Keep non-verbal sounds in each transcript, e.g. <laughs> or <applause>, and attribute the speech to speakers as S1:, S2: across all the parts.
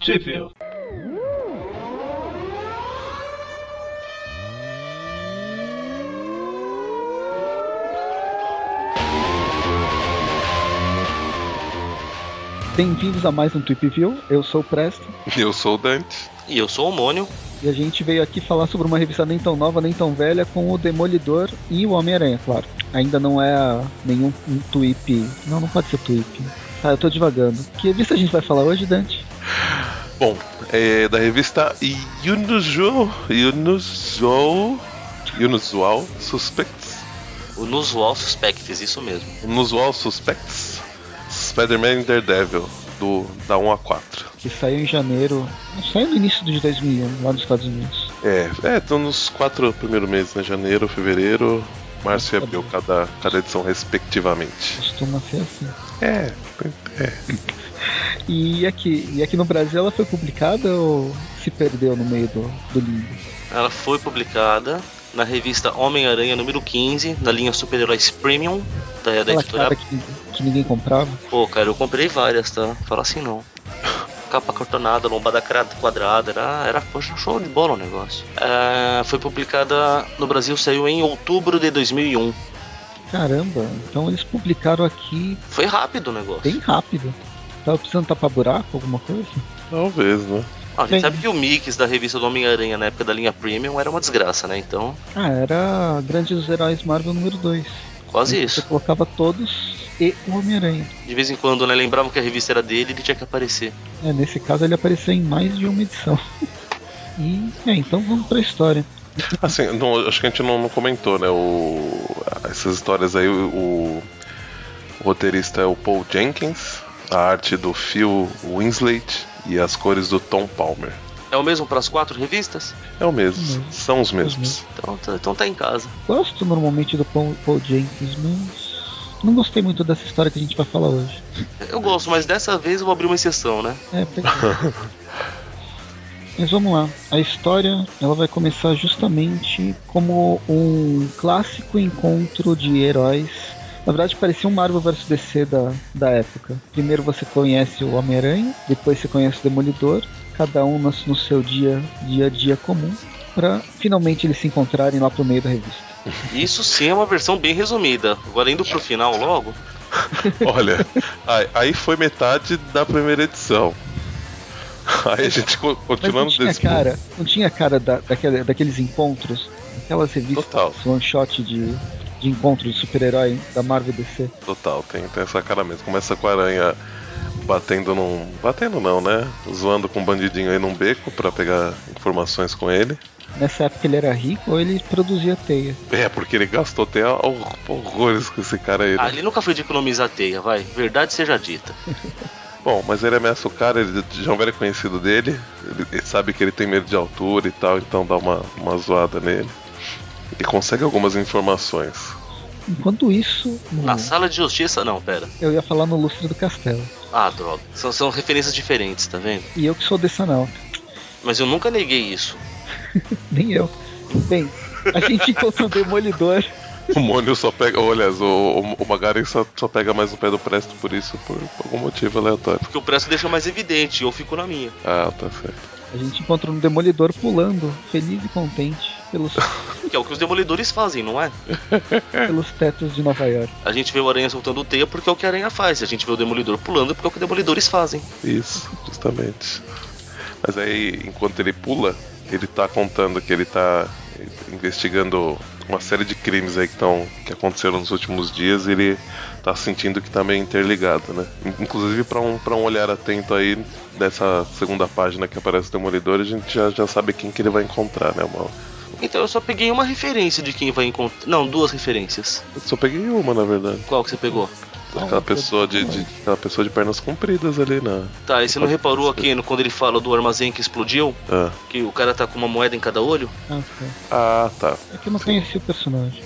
S1: Sheffield.
S2: Bem-vindos a mais um Tweep View. Eu sou o Presto
S3: <laughs> Eu sou o Dante.
S4: E eu sou o Mônio.
S2: e a gente veio aqui falar sobre uma revista nem tão nova nem tão velha com o Demolidor e o Homem-Aranha, claro. Ainda não é nenhum um tweep. Não, não pode ser tweep. Tá, eu tô divagando. Que revista a gente vai falar hoje, Dante?
S3: Bom, é da revista Unusual, Unusual, Unusual Suspects,
S4: O Nusual Suspects, isso mesmo.
S3: Unusual Suspects, Spider-Man Daredevil, do, da 1 a 4.
S2: Que saiu em janeiro. Não saiu no início de 2001, lá nos Estados Unidos.
S3: É, é, estão nos quatro primeiros meses, né? Janeiro, fevereiro, março e abril, cada, cada edição respectivamente.
S2: Costuma ser assim.
S3: É,
S2: E aqui, e aqui no Brasil ela foi publicada ou se perdeu no meio do, do livro?
S4: Ela foi publicada na revista Homem-Aranha número 15, na linha Super-Heróis Premium, da, da
S2: Aquela
S4: editora.
S2: cara que, que ninguém comprava.
S4: Pô, cara, eu comprei várias, tá? Fala assim não. Capa cartonada, lombada cra- quadrada, era, era poxa, show de bola o negócio. Ah, foi publicada no Brasil, saiu em outubro de 2001.
S2: Caramba, então eles publicaram aqui
S4: Foi rápido o negócio.
S2: bem rápido. Tava precisando tapar buraco, alguma coisa?
S3: talvez, né?
S4: Ah, a gente
S2: Bem-
S4: sabe que o mix da revista do Homem-Aranha na época da linha Premium era uma desgraça, né? Então,
S2: Ah, era Grandes Heróis Marvel número 2.
S4: quase
S2: Você
S4: isso.
S2: colocava todos e o Homem-Aranha.
S4: De vez em quando, né? Lembrava que a revista era dele e ele tinha que aparecer.
S2: É, nesse caso ele apareceu em mais de uma edição. <laughs> E, é, então vamos pra história.
S3: Assim, não, acho que a gente não, não comentou, né? O, essas histórias aí, o, o roteirista é o Paul Jenkins, a arte do Phil Winslate e as cores do Tom Palmer.
S4: É o mesmo para as quatro revistas?
S3: É o mesmo,
S2: Uhum.
S3: são os mesmos.
S4: Então tá, então tá em casa.
S2: Gosto normalmente do Paul, Paul Jenkins, mas não gostei muito dessa história que a gente vai falar hoje.
S4: Eu gosto, mas dessa vez eu vou abrir uma exceção, né?
S2: É, peraí. Mas vamos lá. A história ela vai começar justamente como um clássico encontro de heróis. Na verdade, parecia um Marvel vs DC da, da época. Primeiro você conhece o Homem-Aranha, depois você conhece o Demolidor, cada um no, no seu dia, dia a dia comum, para finalmente eles se encontrarem lá pro meio da revista.
S4: Isso sim é uma versão bem resumida. Agora indo pro final logo,
S3: <laughs> Olha, aí, aí foi metade da primeira edição. Aí a gente co-
S2: Mas não
S3: continuando
S2: tinha
S3: desse.
S2: cara, não tinha cara da, daquela- daqueles encontros, aquelas revistas
S3: Total.
S2: one shot de, de encontro de super-herói da Marvel DC.
S3: Total, tem, tem essa cara mesmo. Começa com a aranha batendo num. Batendo não, né? Zoando com um bandidinho aí num beco pra pegar informações com ele.
S2: Nessa época ele era rico ou ele produzia teia.
S3: É, porque ele gastou até hor- horrores com esse cara aí. né?
S4: ah, ele nunca foi de economizar teia, vai. Verdade seja dita.
S3: Bom, mas ele ameaça o cara, ele já é um velho conhecido dele, ele, ele sabe que ele tem medo de altura e tal, então dá uma, uma zoada nele. E consegue algumas informações. <laughs>
S2: Enquanto isso, no-
S4: Na sala de justiça, não, pera.
S2: eu ia falar no lustre do castelo.
S4: Ah, droga. São, são referências diferentes, tá vendo?
S2: E eu que sou dessa não,
S4: Mas eu nunca neguei isso.
S2: nem eu. Bem, a gente <laughs> encontra o Demolidor.
S3: O Mônio só pega. Olha, o, o, o Magari só, só pega mais o pé do Presto por isso, por, por algum motivo aleatório.
S4: Porque o preço deixa mais evidente, eu fico na minha.
S3: Ah, tá certo.
S2: A gente encontra um Demolidor pulando, feliz e contente,
S3: <laughs>
S2: pelos,
S4: Que é o que os demolidores fazem, não é?
S2: pelos tetos de Nova York.
S4: A gente vê o aranha soltando teia porque é o que a aranha faz. A gente vê o demolidor pulando porque é o que demolidores fazem.
S3: Isso, justamente. Mas aí, enquanto ele pula, ele tá contando que ele tá investigando uma série de crimes aí que, tão, que aconteceram nos últimos dias e ele tá sentindo que tá meio interligado, né? In- Inclusive, pra um, pra um olhar atento aí nessa segunda página que aparece o Demolidor, a gente já, já sabe quem que ele vai encontrar, né? Uma,
S4: Então eu só peguei uma referência de quem vai encontrar. Não, duas referências.
S3: eu só peguei uma, na verdade.
S4: Qual que você pegou?
S3: Aquela pessoa de, de- aquela pessoa de pernas compridas ali né? na.
S4: Tá, e você não reparou aqui no- quando ele fala do armazém que explodiu?
S3: Ah,
S4: Que o cara tá com uma moeda em cada olho?
S2: Ah, tá.
S3: ah tá.
S2: É que eu não conheci o personagem.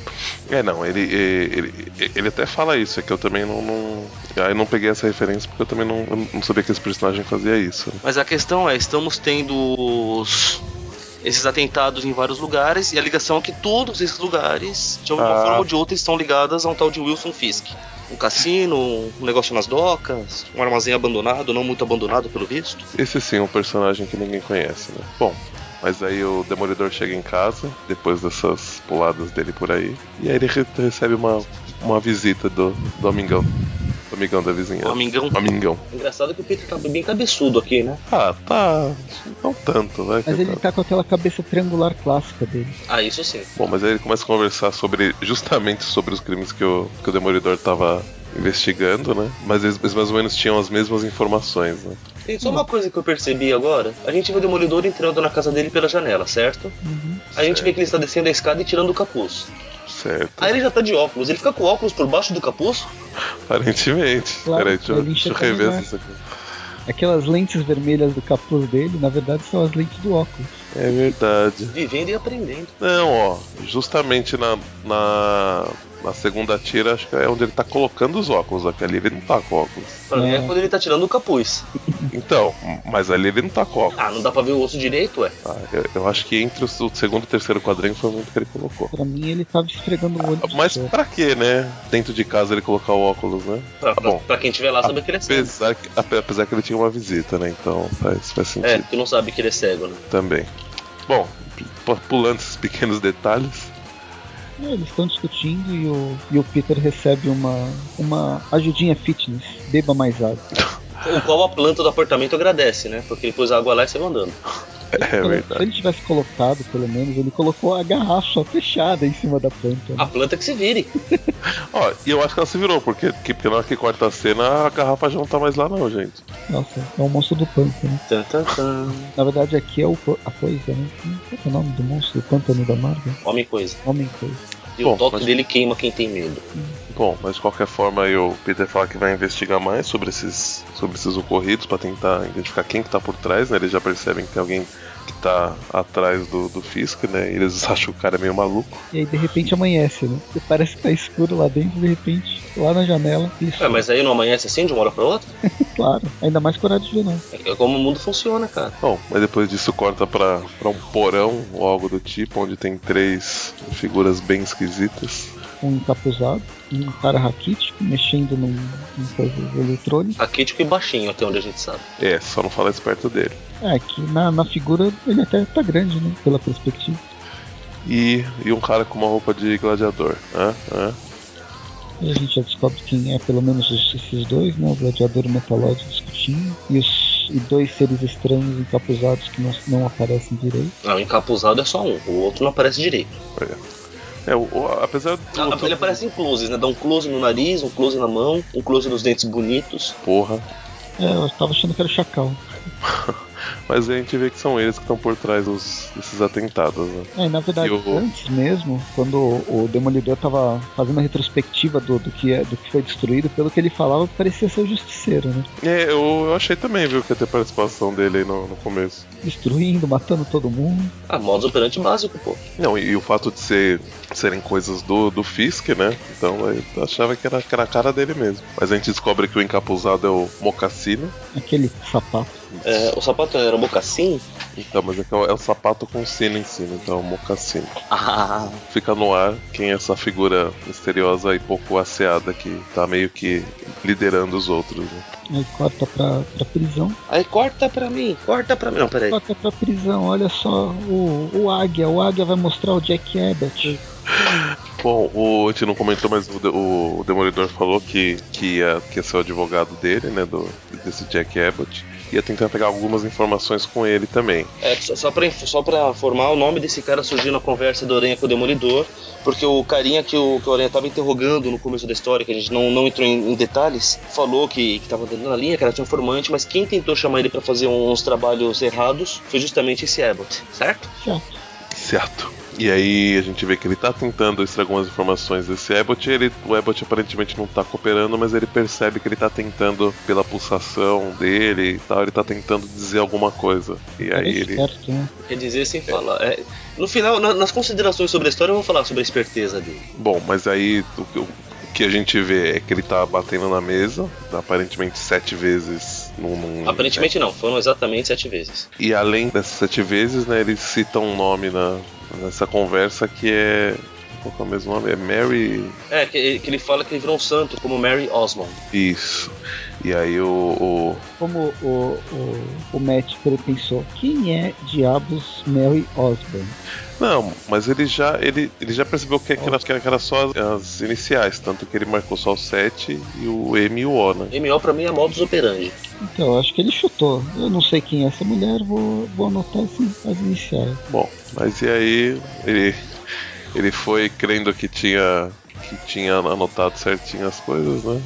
S3: É, não, ele, ele, ele- ele até fala isso, é que eu também não. não ah, eu não peguei essa referência porque eu também não, eu não sabia que esse personagem fazia isso. né?
S4: Mas a questão é, estamos tendo os- esses atentados em vários lugares e a ligação é que todos esses lugares, de alguma
S3: Ah.
S4: forma ou de outra, estão ligadas a um tal de Wilson Fisk. um cassino, um negócio nas docas, um armazém abandonado, não muito abandonado pelo visto.
S3: Esse sim é um personagem que ninguém conhece, né? Bom, mas aí o Demolidor chega em casa, depois dessas puladas dele por aí, e aí ele re- recebe uma, uma visita do, do amigão. Do amigão da vizinhança.
S4: O amigão?
S3: Amigão.
S4: Engraçado que o Peter tá bem cabeçudo aqui, né?
S3: Ah, tá. Não tanto, vai.
S2: Mas ele
S3: coitado.
S2: tá com aquela cabeça triangular clássica dele.
S4: Ah, isso sim.
S3: Bom, mas aí ele começa a conversar sobre justamente sobre os crimes que o, que o Demolidor tava investigando, né? Mas eles, eles mais ou menos tinham as mesmas informações, né?
S4: Tem só uma coisa que eu percebi agora. A gente vê o Demolidor entrando na casa dele pela janela, certo?
S2: Uhum.
S4: A gente vê que ele está descendo a escada e tirando o capuz.
S3: Certo.
S4: Aí ele já tá de óculos. Ele fica com o óculos por baixo do capuz?
S3: Aparentemente.
S2: Claro,
S3: Peraí, deixa, eu-
S2: ele né?
S3: deixa eu
S2: enxerga
S3: rever
S2: melhor.
S3: isso aqui.
S2: Aquelas lentes vermelhas do capuz dele, na verdade, são as lentes do óculos.
S3: É verdade.
S4: Vivendo e aprendendo.
S3: Não, ó. Justamente na, na, na segunda tira, acho que é onde ele tá colocando os óculos. Aqui ali ele não tá com óculos.
S4: Pra mim é
S2: É.
S4: quando ele tá tirando o capuz.
S3: Então, mas ali ele não tá com óculos.
S4: Ah, não dá pra ver o osso direito, ué.
S3: tá? Eu, eu acho que entre o segundo e o terceiro quadrinho foi o momento que ele colocou.
S2: Pra mim, ele tava esfregando o olho. de
S3: Ah, Mas
S2: fora.
S3: pra que, né? Dentro de casa ele colocar o óculos, né?
S4: Pra,
S3: Tá
S4: pra-
S3: bom.
S4: pra quem tiver lá saber que ele é cego.
S3: Apesar que, ape- apesar que ele tinha uma visita, né? Então faz, faz
S4: É,
S3: sentido
S4: tu não sabe que ele é cego, né?
S3: também. Bom, p- pulando esses pequenos detalhes, <laughs>
S2: É, eles estão discutindo e o, e o Peter recebe uma, uma ajudinha fitness. Beba mais água.
S4: O qual a planta do apartamento agradece, né? Porque ele pôs a água lá e saiu andando.
S3: é
S2: Então, Se
S3: verdade.
S2: ele tivesse colocado, pelo menos, ele colocou a garrafa fechada em cima da planta. né?
S3: Ah.
S4: A planta que se vire.
S3: Ó, e eu acho que ela se virou, porque, que- porque na hora que corta a cena, a garrafa já não tá mais lá, não, gente.
S2: Nossa, é o monstro do pântano.
S4: Tan, tan, tan.
S2: Na verdade, aqui é o, co- a coisa, né? Não sei o nome do monstro do pântano da Marvel.
S4: Homem coisa.
S2: Homem coisa.
S4: E
S3: Bom,
S4: o toque
S3: mas-
S4: dele queima quem tem medo.
S3: Bom, mas de qualquer forma, aí o Peter fala que vai investigar mais sobre esses, sobre esses ocorridos pra tentar identificar quem que tá por trás, né? Eles já percebem que tem alguém que tá atrás do, do Fisk, né? E eles <laughs> acham que o cara é meio maluco.
S2: E aí, de repente, amanhece, né? Porque parece que tá escuro lá dentro, de repente, lá na janela, ele
S4: É, mas aí não amanhece assim de uma hora pra outra?
S2: Claro, ainda mais com horário de né? verão.
S4: É como o mundo funciona, cara.
S3: Bom, mas depois disso corta pra, pra um porão ou algo do tipo, onde tem três figuras bem esquisitas.
S2: Um encapuzado, um cara raquítico, mexendo num, em coisas eletrônicas.
S4: Raquítico e é tipo baixinho, até onde a gente sabe.
S3: É, só não fala isso perto dele.
S2: É, que na, na figura ele até tá grande, né? Pela perspectiva.
S3: E, e um cara com uma roupa de gladiador. Hã? Hã?
S2: E a gente já descobre quem é, pelo menos os- esses dois, né? O gladiador e o metalóide discutindo. E os e dois seres estranhos encapuzados que não, não aparecem direito.
S4: Não, encapuzado é só um, o outro não aparece direito.
S3: É, o, o- apesar do.
S4: Ah, Ele aparece em closes, né? Dá um close no nariz, um close na mão, um close nos dentes bonitos.
S3: Porra.
S2: É, eu tava achando que era o chacal.
S3: Mas aí a gente vê que são eles que estão por trás dos, desses atentados, né?
S2: É, na verdade,
S3: E o-
S2: antes mesmo, quando o o Demolidor tava fazendo a retrospectiva do, do, que é, do que foi destruído, pelo que ele falava, parecia ser o Justiceiro, né?
S3: É, eu, eu achei também, viu, que ia ter participação dele aí no, no começo.
S2: Destruindo, matando todo mundo.
S4: Ah, modus operante básico, pô.
S3: Não, e, e o fato de ser, serem coisas do, do Fisk, né? Então eu achava que era, que era a cara dele mesmo. Mas a gente descobre que o encapuzado é o Mocassino.
S2: Aquele sapato.
S4: É, o sapato era assim? mocassim?
S3: Então, mas é, que é o- é o sapato com sino em cima, então é o Mocassino.
S4: Ah,
S3: Fica no ar quem é essa figura misteriosa e pouco asseada que tá meio que liderando os outros, né?
S2: Aí corta pra, pra prisão.
S4: aí corta pra mim, corta pra mim. Não,
S3: É.
S4: peraí.
S2: Corta pra prisão, olha só o, o Águia. O Águia vai mostrar o Jack Abbott.
S3: Bom, o, a gente não comentou, mas o, de- o Demolidor falou que, que, ia, que ia ser o advogado dele, né? Do, desse Jack Abbott. Ia tentar pegar algumas informações com ele também.
S4: É, só, só, pra, inf- só pra formar, o nome desse cara surgiu na conversa do Aranha com o Demolidor, porque o carinha que o, que o Aranha tava interrogando no começo da história, que a gente não, não entrou em, em detalhes, falou que, que tava dentro da linha, que era tinha um informante, mas quem tentou chamar ele pra fazer uns trabalhos errados foi justamente esse Abbott, certo?
S2: Certo.
S3: Certo. E aí a gente vê que ele tá tentando extrair algumas informações desse Abbott. Ele, o Abbott aparentemente não tá cooperando, mas ele percebe que ele tá tentando, pela pulsação dele e tal, ele tá tentando dizer alguma coisa. E
S2: Era
S3: aí ele.
S2: esperto, né?
S4: Quer dizer, sem falar. é, no final, na- nas considerações sobre a história, eu vou falar sobre a esperteza dele.
S3: Bom, mas aí o, que- o que a gente vê é que ele tá batendo na mesa, aparentemente sete vezes num. num-
S4: Aparentemente não, foram exatamente sete vezes.
S3: E além dessas sete vezes, né, ele cita um nome na, nessa conversa que é qual que é o mesmo nome? É Mary.
S4: É, que, que ele fala que ele virou um santo, como Mary Osmond.
S3: Isso. E aí o. o-
S2: Como o, o, o Matt pensou, quem é Diabos Mary Osborn?
S3: Não, mas ele já, ele, ele já percebeu que aquela, que era só as, as iniciais, tanto que ele marcou só o 7 e o M e o O, né?
S4: MO pra mim é modus operandi.
S2: Então, eu acho que ele chutou. Eu não sei quem é essa mulher, vou, vou anotar assim, as iniciais.
S3: Bom, mas e aí ele, ele foi crendo que tinha que tinha anotado certinho as coisas, né?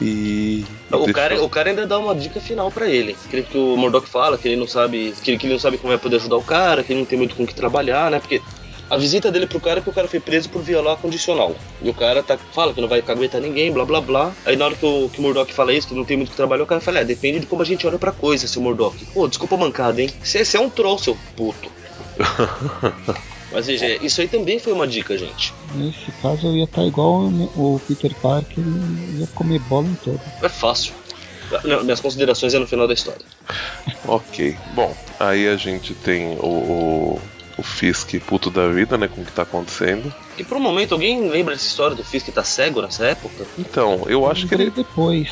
S3: E
S4: O
S3: deixou-
S4: cara, é o cara ainda dá uma dica final pra ele. Que, que o Murdoch fala que ele não sabe. Que, ele- que ele não sabe como vai poder ajudar o cara, que ele não tem muito com o que trabalhar, né? Porque a visita dele pro cara é que o cara foi preso por violar a condicional. E o cara tá, fala que não vai caguetar ninguém, blá blá blá. Aí na hora que o, que o Murdoch fala isso, que não tem muito o que trabalhar, o cara fala, é, depende de como a gente olha pra coisa, seu Murdoch. Pô, desculpa a mancada, hein? Você você é um troll, seu puto. Mas veja, isso aí também foi uma dica, gente.
S2: Nesse caso, eu ia estar igual o me- o Peter Parker e ia comer bola em todo.
S4: É fácil. Não, minhas considerações é no final da história.
S3: assim, Ok. Bom, aí a gente tem o, o, o Fisk puto da vida, né? Com o que tá acontecendo.
S4: E por um momento, alguém lembra dessa história do Fisk que tá cego nessa época?
S3: Então, eu acho que ele.
S2: depois.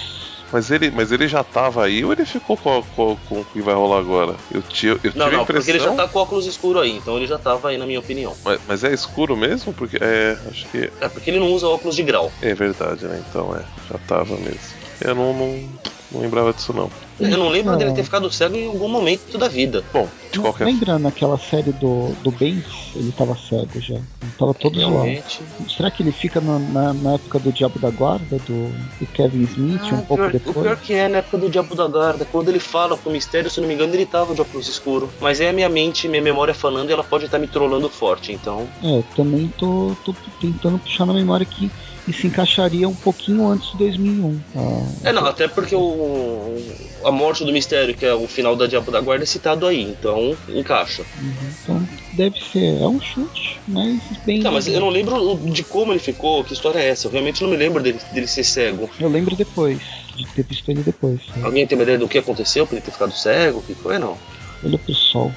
S3: Mas ele, mas ele já tava aí ou ele ficou com, a- com, com o que vai rolar agora? Eu, ti, eu tive
S4: Não,
S3: a
S4: não, porque
S3: impressão.
S4: ele já tá com óculos escuro aí, então ele já tava aí, na minha opinião.
S3: mas, mas é escuro mesmo? Porque. É, acho que.
S4: É porque ele não usa óculos de grau.
S3: É verdade, né? Então é, já tava mesmo. Eu não, não, não lembrava disso não.
S4: Eu não lembro
S2: Não.
S4: dele ter ficado cego em algum momento da vida.
S3: Bom, de
S2: Não,
S4: é?
S3: qualquer
S2: Lembra naquela série do, do Banks? Ele tava cego já. Ele tava todo
S4: é um
S2: zoado.
S4: Realmente.
S2: Será que ele fica na, na, na época do Diabo da Guarda, do, do Kevin Smith,
S4: Ah,
S2: um pouco
S4: pior-
S2: depois?
S4: o pior que é, na época do Diabo da Guarda, quando ele fala pro mistério, se eu não me engano, ele tava de óculos escuro. Mas é a minha mente, minha memória falando e ela pode estar me trollando forte, então.
S2: É, eu também tô, tô tentando puxar na memória que e se encaixaria um pouquinho antes de 2001. Ah,
S4: É, não, até porque o, a morte do mistério, que é o final da Diabo da Guarda, é citado aí, então encaixa.
S2: uhum. Então deve ser, é um chute, mas bem.
S4: Tá, mas eu não lembro o- de como ele ficou, que história é essa, eu realmente não me lembro dele, dele ser cego.
S2: Eu lembro depois, de ter visto ele depois. né?
S4: Alguém tem uma ideia do que aconteceu pra ele ter ficado cego? O que foi, não?
S2: Olha é pro
S4: <laughs>
S2: sol.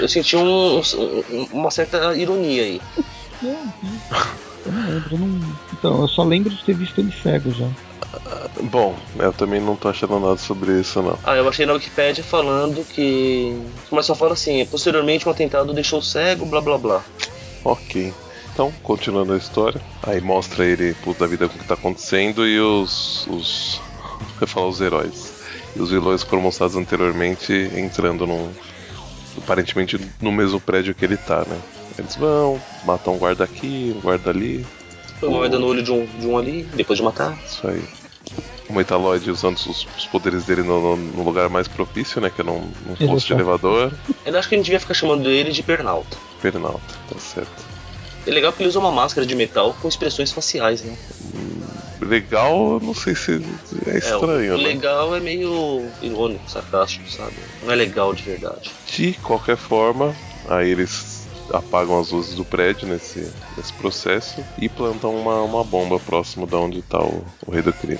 S4: Eu senti um- um- uma certa ironia aí.
S2: Eu, eu não lembro, eu não. Então, eu só lembro de ter visto ele cego já.
S3: Bom, É, eu também não tô achando nada sobre isso não.
S4: Ah, eu achei na Wikipédia falando que. Mas só fala assim: posteriormente um atentado deixou cego, blá blá blá.
S3: Ok. Então, continuando a história, aí mostra ele puto da vida com o que tá acontecendo e os. os. Eu ia falar os heróis. E os vilões que foram mostrados anteriormente entrando num. aparentemente no mesmo prédio que ele tá, né? Eles vão, matam um guarda aqui, um guarda ali,
S4: Foi uma moeda no olho de um, de um ali, depois de matar.
S3: Isso aí. O Metaloid usando os, os poderes dele no, no- no lugar mais propício, né? Que é num, num posto de
S2: Exato.
S3: elevador.
S4: Ainda acho que a gente devia ficar chamando ele de Pernalta.
S3: Pernalta, tá certo.
S4: É legal que ele usa uma máscara de metal com expressões faciais, né?
S3: Legal, eu não sei se é
S4: é, o
S3: estranho, né?
S4: legal é meio irônico, sarcástico, sabe? Não é legal de verdade.
S3: De qualquer forma, aí eles apagam as luzes do prédio nesse, nesse processo e plantam uma, uma bomba próximo de onde tá o, o rei do crime.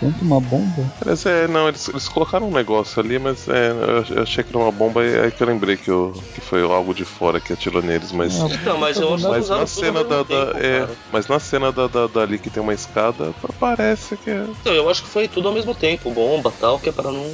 S2: Tanto uma bomba.
S3: Mas é, não, eles, eles colocaram um negócio ali, mas é, eu, eu achei que era uma bomba e aí que eu lembrei que, eu, que foi algo de fora que atirou neles, mas.
S2: Ah,
S4: Então, mas eu acho que
S3: Mas
S4: usaram
S3: na
S4: tudo
S3: cena
S4: ao
S3: da,
S4: mesmo
S3: da-
S4: tempo,
S3: é,
S4: cara.
S3: mas na cena da, da- dali que tem uma escada, parece que é.
S4: Então, eu acho que foi tudo ao mesmo tempo, bomba tal, que é pra não.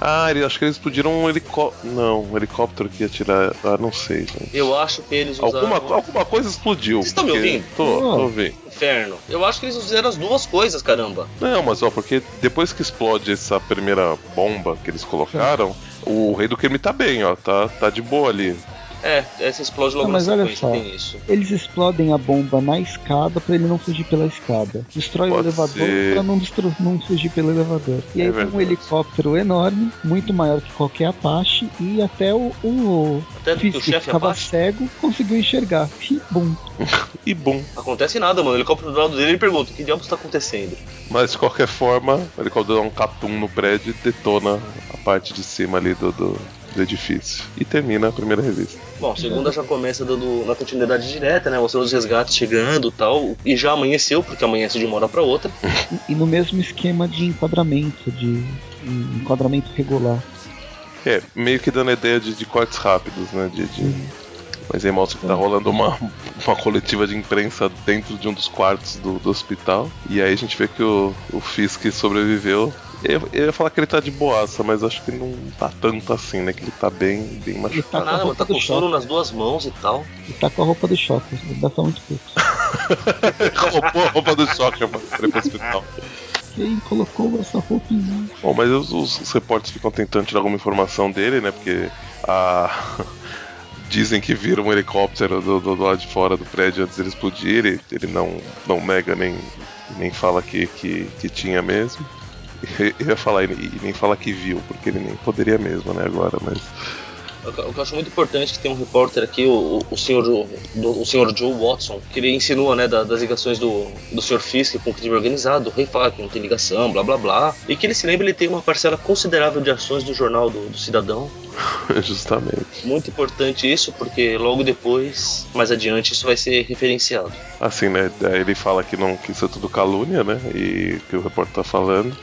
S3: Ah, ele, acho que eles explodiram um helicóptero. Não, um helicóptero que ia tirar. Ah, não sei. gente.
S4: Eu acho que eles usaram.
S3: Alguma, co- alguma coisa explodiu.
S4: Vocês estão me
S3: porque-
S4: ouvindo?
S3: Tô, tô
S2: Tô.
S3: ouvindo.
S4: Inferno. Eu acho que eles fizeram as duas coisas, caramba.
S3: Não, mas ó, porque depois que explode essa primeira bomba que eles colocaram, o rei do crime tá bem, ó. Tá, tá de boa ali.
S4: É, essa explode logo
S3: Ah,
S2: Não,
S4: na
S2: mas olha
S4: sequência,
S2: só.
S4: tem isso.
S2: Eles explodem a bomba na escada pra ele não fugir pela escada. Destrói o
S3: Pode
S2: elevador
S3: ser.
S2: pra não, destru- não fugir pelo elevador. E
S3: É
S2: aí tem um
S3: verdade.
S2: helicóptero enorme, muito maior que qualquer Apache, e até o, o
S4: Até do que o
S2: Fisk, que
S4: chefe
S2: ficava
S4: Apache.
S2: cego, conseguiu enxergar. E bum.
S3: E bom.
S4: Acontece nada, mano. O helicóptero do lado dele ele pergunta: o que diabos tá acontecendo?
S3: Mas de qualquer forma, o helicóptero dá um catum no prédio e detona a parte de cima ali do, do, do edifício. E termina a primeira revista.
S4: Bom, a segunda já começa dando na continuidade direta, né? Mostrando os resgates chegando tal. E já amanheceu, porque amanhece de uma hora pra outra.
S2: E, e no mesmo esquema de enquadramento, de um enquadramento regular.
S3: É, meio que dando a ideia de, de cortes rápidos, né? De, de- Mas aí mostra que tá rolando uma, uma coletiva de imprensa dentro de um dos quartos do, do hospital. E aí a gente vê que o, o Fisk sobreviveu. Eu, eu ia falar que ele tá de boaça, mas acho que não tá tanto assim, né? Que ele tá bem, bem
S4: Tá
S3: machucado. <laughs>
S4: nada,
S2: roupa
S4: mano, tá
S2: do
S4: com sono
S2: shopping.
S4: nas duas mãos e tal.
S2: Ele tá com a roupa do shopping, ele dá muito pouco.
S3: Roubou a roupa do choque mano, pra ir pro hospital.
S2: Quem colocou essa roupa em mim?
S3: Bom, mas os, os- os repórteres ficam tentando tirar alguma informação dele, né? Porque a. <laughs> Dizem que viram um helicóptero do, do- do lado de fora do prédio antes dele explodir. Ele, ele não, não nega nem, nem fala que, que, que tinha mesmo. <laughs> Eu ia falar, e e nem fala que viu, porque ele nem poderia mesmo, né? Agora, mas. <laughs>
S4: O que- o que eu acho muito importante é que tem um repórter aqui, o, o, o senhor, Jo- do- o senhor Joe Watson, que ele insinua né, da- das ligações do, do senhor Fisk com o crime organizado, o rei fala que não tem ligação, blá blá blá. E que ele se lembra ele tem uma parcela considerável de ações do jornal do, do Cidadão.
S3: Justamente.
S4: Muito importante isso, porque logo depois, mais adiante, isso vai ser referenciado.
S3: Assim, né? daí Ele fala que, não, que isso é tudo calúnia, né? E que o repórter tá falando.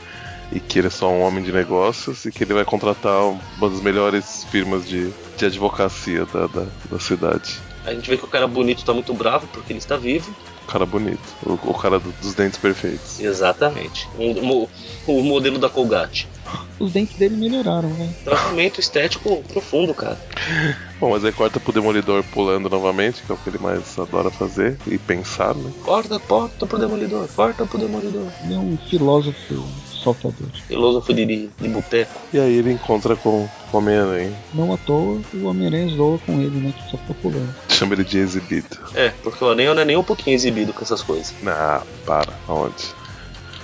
S3: E que ele é só um homem de negócios e que ele vai contratar uma das melhores firmas de, de advocacia da, da, da cidade.
S4: A gente vê que o cara bonito tá muito bravo porque ele está vivo.
S3: O Um cara bonito. O, o cara do- dos dentes perfeitos.
S4: Exatamente. Um- mo- o modelo da Colgate.
S2: Os dentes dele melhoraram, né?
S4: Tratamento estético profundo, cara.
S3: Bom, mas aí corta pro Demolidor pulando novamente, que é o que ele mais adora fazer e pensar, né?
S4: Corta, corta pro demolidor, corta pro demolidor.
S2: Ele é um filósofo saltador.
S4: Filósofo de, de, de boteco.
S3: E aí ele encontra com, com o Homem-Aranha.
S2: Não à toa o Homem-Aranha zoa com ele, né? Que só ficou pulando.
S3: Chama ele de exibido.
S4: É, porque o Aranha não é nem um pouquinho exibido com essas coisas.
S3: Ah, para, aonde?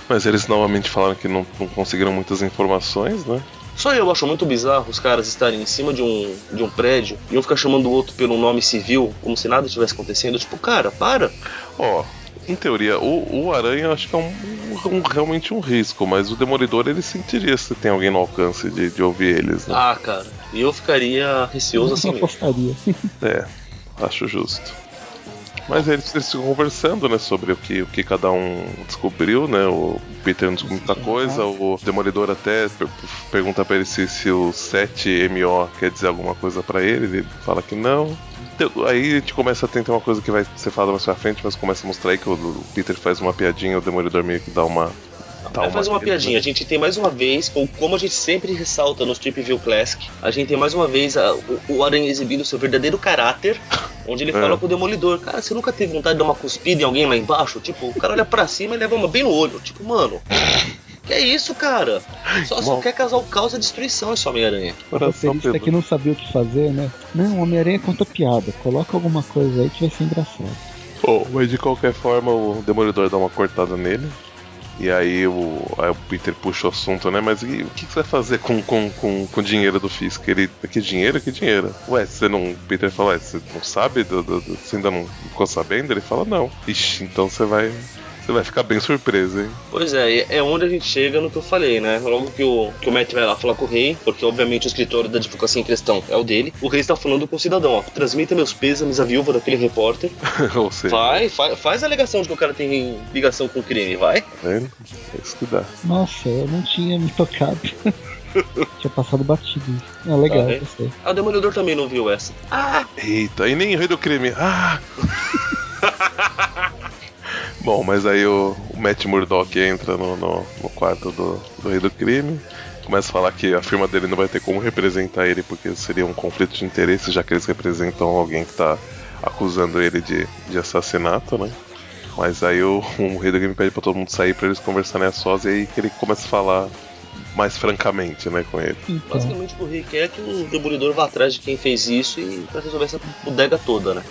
S3: Mas eles novamente falaram que não, não conseguiram muitas informações, né?
S4: Só eu acho muito bizarro os caras estarem em cima de um, de um prédio e um ficar chamando o outro pelo nome civil, como se nada tivesse acontecendo. Tipo, cara, para.
S3: Ó, em teoria, o, o Aranha eu acho que é um, um- um- realmente um risco, mas o Demolidor ele sentiria se tem alguém no alcance de, de ouvir eles, né?
S4: Ah, cara, e eu ficaria receoso assim
S2: Eu
S4: mesmo.
S2: apostaria.
S3: É, acho justo. Mas aí eles, eles ficam conversando, né, sobre o que, o que cada um descobriu, né? O Peter não descobriu muita coisa, o Demolidor até per- pergunta pra ele se, se o 7MO quer dizer alguma coisa pra ele, ele fala que não. Então, Aí a gente começa a tentar uma coisa que vai ser falada mais pra frente, mas começa a mostrar aí que o, o Peter faz uma piadinha, o Demolidor meio que dá uma. dá
S4: Aí faz uma piadinha, a gente tem mais uma vez, com- como a gente sempre ressalta no Strip View Classic, a gente tem mais uma vez a- o, o Aranha exibindo seu verdadeiro caráter, onde ele fala com o Demolidor, cara, você nunca teve vontade de dar uma cuspida em alguém lá embaixo? Tipo, o cara olha pra cima e leva uma bem no olho, tipo, mano, que é isso, cara? Só, só
S3: Bom.
S4: quer causar o caos e a destruição esse Homem-Aranha.
S3: Coração
S2: roteirista
S3: peludo.
S2: é que não sabia o que fazer, né? Não, o Homem-Aranha conta piada. Coloca alguma coisa aí que vai ser engraçado.
S3: Bom, mas de qualquer forma o Demolidor dá uma cortada nele. E aí o, aí o Peter puxa o assunto, né? Mas e o que que você vai fazer com, com, com, com o dinheiro do Fisk? Ele, que dinheiro? Que dinheiro? Ué, você não. O Peter fala, ué, você não sabe? do- do- do- você ainda não ficou sabendo? Ele fala, não. Ixi, então você vai. Você vai ficar bem surpreso, hein? <laughs>
S4: Pois é, e é onde a gente chega no que eu falei, né? Logo que o, que o Matt vai lá falar com o rei, porque obviamente o escritório da advocacia em questão é o dele, o rei está falando com o cidadão, ó, transmita meus pêsames à viúva daquele repórter,
S3: Ou seja,
S4: Vai, fa- faz a alegação de que o cara tem ligação com o crime, vai.
S3: tá vendo? É isso que dá.
S2: Nossa, eu não tinha me tocado. <laughs> tinha passado batido. É legal,
S4: Tá, né?
S2: gostei.
S4: Ah, o Demolidor também não viu essa. Ah,
S3: Eita, e nem rei do crime. Ah! <laughs> Bom, mas aí o, o Matt Murdock entra no, no- no quarto do, do rei do crime. Começa a falar que a firma dele não vai ter como representar ele, porque seria um conflito de interesse, já que eles representam alguém que tá acusando ele de, de assassinato, né? Mas aí o, <laughs> o rei do crime pede pra todo mundo sair pra eles conversarem a sós, e aí que ele começa a falar mais francamente, né, com ele.
S2: Então,
S4: basicamente o que o rei quer é que o Demolidor vá atrás de quem fez isso e pra resolver essa bodega toda, né?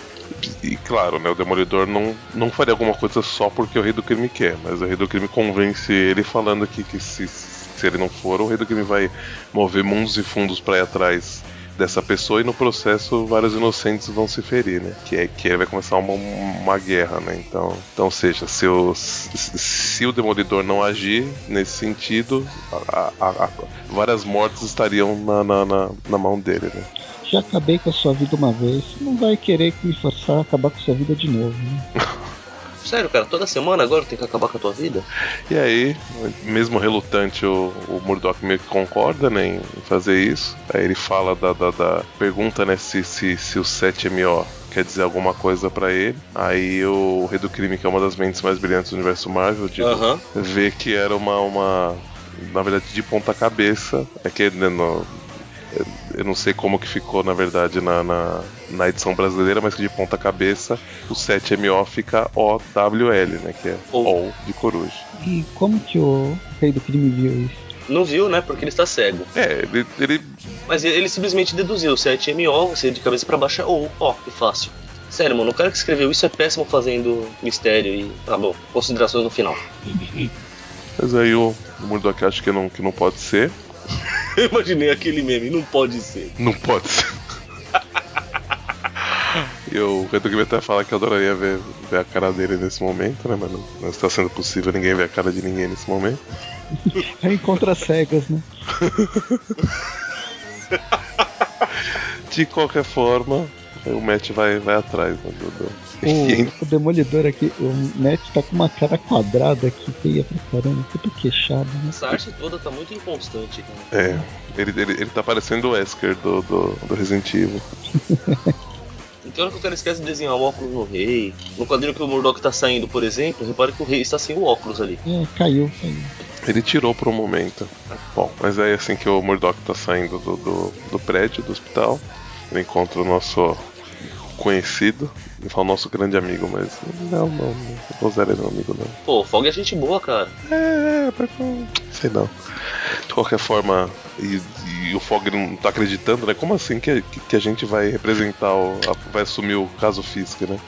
S3: E claro, né, o Demolidor não, não faria alguma coisa só porque o Rei do Crime quer, mas o Rei do Crime convence ele falando que, que se, se ele não for, o Rei do Crime vai mover mundos e fundos pra ir atrás dessa pessoa e no processo vários inocentes vão se ferir, né? Que é que ele vai começar uma, uma guerra, né? Então, então ou seja, se o, se se o Demolidor não agir nesse sentido, a- a- a- várias mortes estariam na, na, na, na mão dele, né?
S2: já acabei com a sua vida uma vez. Não vai querer me forçar a acabar com a sua vida de novo, né?
S4: Sério, cara, toda semana agora tem que acabar com a tua vida?
S3: E aí, mesmo relutante, o, o Murdoch meio que concorda né, em fazer isso. Aí ele fala da, da, da- pergunta né, se, se, se o 7MO quer dizer alguma coisa pra ele. Aí o Rei do Crime, que é uma das mentes mais brilhantes do universo Marvel, digo,
S4: Aham.
S3: vê que era uma, uma na verdade de ponta cabeça é que né, no- eu não sei como que ficou na verdade na, na, na edição brasileira mas que de ponta cabeça o 7MO fica OWL né que é
S4: Ou.
S3: OL de coruja
S2: E como que o rei do crime viu isso?
S4: Não viu, né? Porque ele está cego.
S3: é ele, ele
S4: Mas ele ele simplesmente deduziu: 7MO, você é de cabeça pra baixo é ou. Ó, que fácil. Sério, mano, o cara que escreveu isso é péssimo fazendo mistério e. Tá bom, considerações no final.
S3: mas aí o Murdoch acha que não que não pode ser
S4: <laughs> Eu imaginei aquele meme, não pode ser.
S3: não pode ser E o Retogame até fala que eu adoraria ver, ver a cara dele nesse momento, né? Mas não, não está sendo possível ninguém ver a cara de ninguém nesse momento.
S2: É encontra cegas, né?
S3: De qualquer forma, o Matt vai, vai atrás, né, do- do- E
S2: O, o demolidor aqui, o Matt tá com uma cara quadrada aqui, feia pra caramba, tudo queixado, né?
S4: Essa arte toda tá muito inconstante, cara.
S3: É, ele, ele, ele tá parecendo o Esker do, do, do Resident Evil.
S4: Então hora que o cara esquece de desenhar o óculos no rei. No quadrinho que o Murdoch tá saindo, por exemplo, repare que o rei está sem o óculos ali.
S2: É, caiu, caiu.
S3: Ele tirou por um momento. Bom, mas aí assim que o Murdoch tá saindo do, do, do prédio, do hospital, ele encontra o nosso conhecido. Ele fala nosso grande amigo, mas. Não, não, não vou usar ele meu amigo, não.
S4: Pô, o Fog é gente boa, cara.
S3: É, é, pra- sei não. De qualquer forma, e, e o Fog não tá acreditando, né? Como assim que, que, que a gente vai representar, o, a- vai assumir o caso Fisk, né?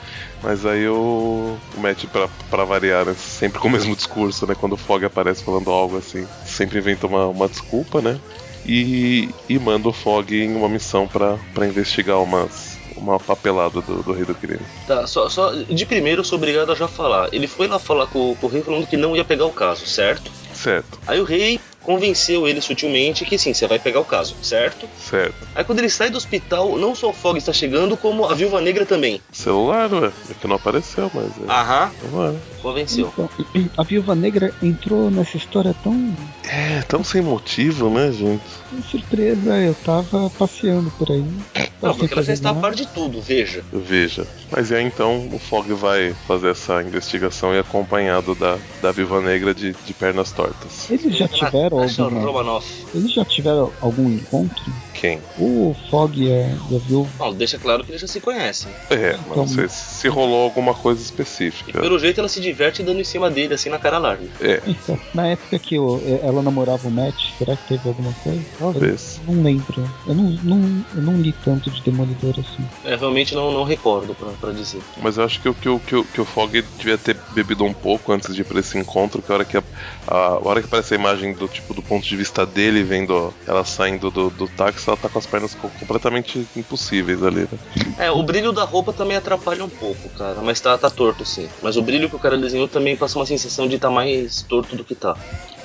S3: Mas aí o, o Matt, pra, pra variar, né? sempre com o mesmo discurso, né? Quando o Fog aparece falando algo assim, sempre inventa uma, uma desculpa, né? E, e manda o Fog em uma missão pra, pra investigar umas, uma papelada do, do Rei do Crime.
S4: Tá, só, só de primeiro eu sou obrigado a já falar. Ele foi lá falar com, com o rei falando que não ia pegar o caso, certo?
S3: Certo,
S4: Aí o rei convenceu ele sutilmente que sim, você vai pegar o caso, certo?
S3: certo.
S4: Aí quando ele sai do hospital, não só o Fog está chegando, como a Viúva Negra também.
S3: Celular, ué? É que não apareceu, mas. É,
S4: Aham,
S3: Vamos lá.
S4: convenceu.
S2: Então, <clears throat> a Viúva Negra entrou nessa história tão
S3: É, tão sem motivo, né, gente?
S2: tão surpresa, eu tava passeando por aí.
S4: Não,
S2: tava sem
S4: porque ela já
S2: fazer
S4: está a
S2: nada.
S4: par de tudo, veja.
S3: Veja. Mas aí então o Fog vai fazer essa investigação e acompanhado da, da Viva Negra de, de pernas tortas.
S2: Eles
S4: Ah,
S2: já tiveram
S4: Natasha
S2: alguma...
S4: é Romanoff.
S2: Eles já tiveram algum encontro?
S3: Quem?
S2: O Fog e a, e a Viúva
S4: Não, deixa claro que eles já se conhecem.
S3: É, mas não
S2: Então-
S3: sei se rolou alguma coisa
S4: E
S3: específica.
S4: pelo jeito ela se diverte dando em cima dele, assim na cara larga.
S3: É,
S2: Então, na época que eu- ela namorava o Matt, será que teve alguma coisa?
S3: talvez.
S2: Eu não lembro. Eu não, não- eu não li tanto de Demolidor assim.
S4: É, realmente não, não recordo pra, pra dizer.
S3: Mas eu acho que o, que, o- que, o- que o Fog devia ter bebido um pouco antes de ir pra esse encontro, que a hora que, a, a- a hora que aparece a imagem do tipo do ponto de vista dele vendo ela saindo do, do táxi, ela tá com as pernas co- completamente impossíveis ali, né?
S4: É, o brilho da roupa também atrapalha um pouco, cara. Mas tá, tá torto, sim. Mas o brilho que o cara desenhou também passa uma sensação de tá mais torto do que tá.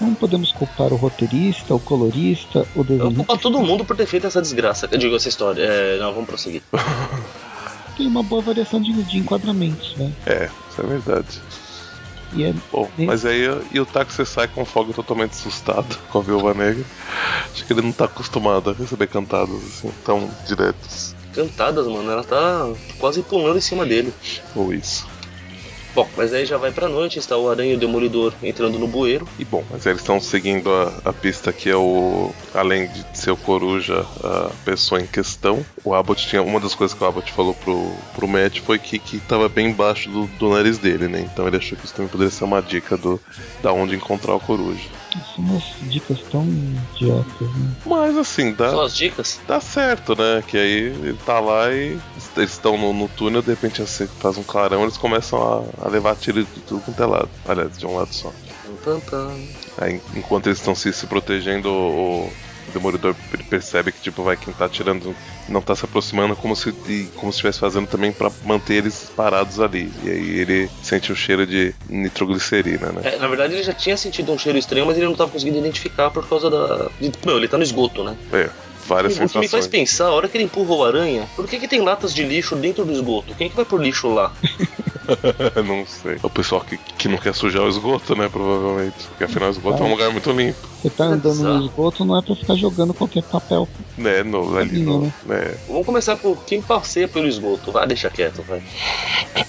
S2: Não podemos culpar o roteirista, o colorista, o
S4: Eu
S2: desenhista.
S4: culpo É todo mundo por ter feito essa desgraça. Eu digo essa história. É, não, vamos prosseguir.
S2: Tem uma boa variação de, de enquadramentos, né?
S3: É, isso é verdade.
S2: E é
S3: Bom,
S2: Sim.
S3: mas aí e o táxi sai com o Fog totalmente assustado com a viúva negra. Acho que ele não tá acostumado a receber cantadas assim tão diretas.
S4: Cantadas, mano. Ela tá quase pulando em cima dele.
S3: Ou isso.
S4: Bom, mas aí já vai pra noite. Está o Aranha e o Demolidor entrando no bueiro.
S3: E bom, mas aí eles estão seguindo a, a pista que é o. Além de ser o coruja, a pessoa em questão. O Abbott tinha. Uma das coisas que o Abbott falou pro, pro Matt foi que, que tava bem embaixo do, do nariz dele, né? Então ele achou que isso também poderia ser uma dica do da onde encontrar o coruja.
S2: são umas dicas tão idiotas, né?
S3: Mas assim, dá.
S4: Só as dicas.
S3: dá certo, né? Que aí ele tá lá e est- eles estão no, no túnel, de repente assim, faz um clarão, eles começam a, a levar tiro de tudo quanto é lado. Aliás, de um lado só.
S4: Tan, tan.
S3: Aí, enquanto eles estão se, se protegendo, o, o Demolidor per- percebe que tipo, vai quem tá atirando não tá se aproximando como se e como se estivesse fazendo também pra manter eles parados ali. E aí ele sente o cheiro de nitroglicerina, né?
S4: É, na verdade, ele já tinha sentido um cheiro estranho, mas ele não estava conseguindo identificar por causa da. de- Meu, ele tá no esgoto, né?
S3: É, várias
S4: O que me faz
S3: sensações. <laughs>
S4: é <laughs> pensar, a hora que ele empurra o aranha, por que, que tem latas de lixo dentro do esgoto? Quem que vai por lixo lá?
S3: não sei. O pessoal que, que não quer sujar o esgoto, né? Provavelmente. Porque afinal o esgoto é um lugar muito limpo.
S2: Você tá andando no
S4: Exato.
S2: esgoto, não é pra ficar jogando qualquer papel.
S3: Né? No, ali no.
S2: Né?
S3: Né?
S4: Vamos começar por quem passeia pelo esgoto. Vai, deixa quieto, vai.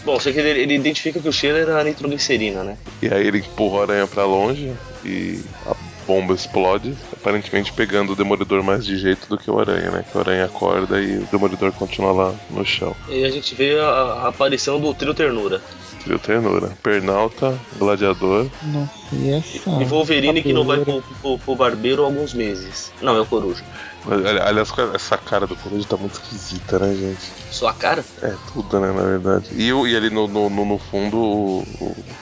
S4: Bom, sei que ele, ele identifica que o cheiro era nitroglicerina, né?
S3: E aí ele empurra a aranha pra longe e a bomba explode, aparentemente pegando o demolidor mais de jeito do que o aranha, né? Que o aranha acorda e o demolidor continua lá no chão.
S4: E a gente vê a, a aparição do trio ternura.
S3: Trio ternura. Pernalta, gladiador.
S2: Nossa, e essa.
S4: E Wolverine que não vai
S2: capoeira?
S4: pro, pro- pro barbeiro há alguns meses. Não, é o coruja.
S3: Ali- Aliás, essa cara do coruja tá muito esquisita, né, gente?
S4: Sua cara?
S3: É, tudo, né, na verdade. E, o- e ali no, no, no- no fundo, o,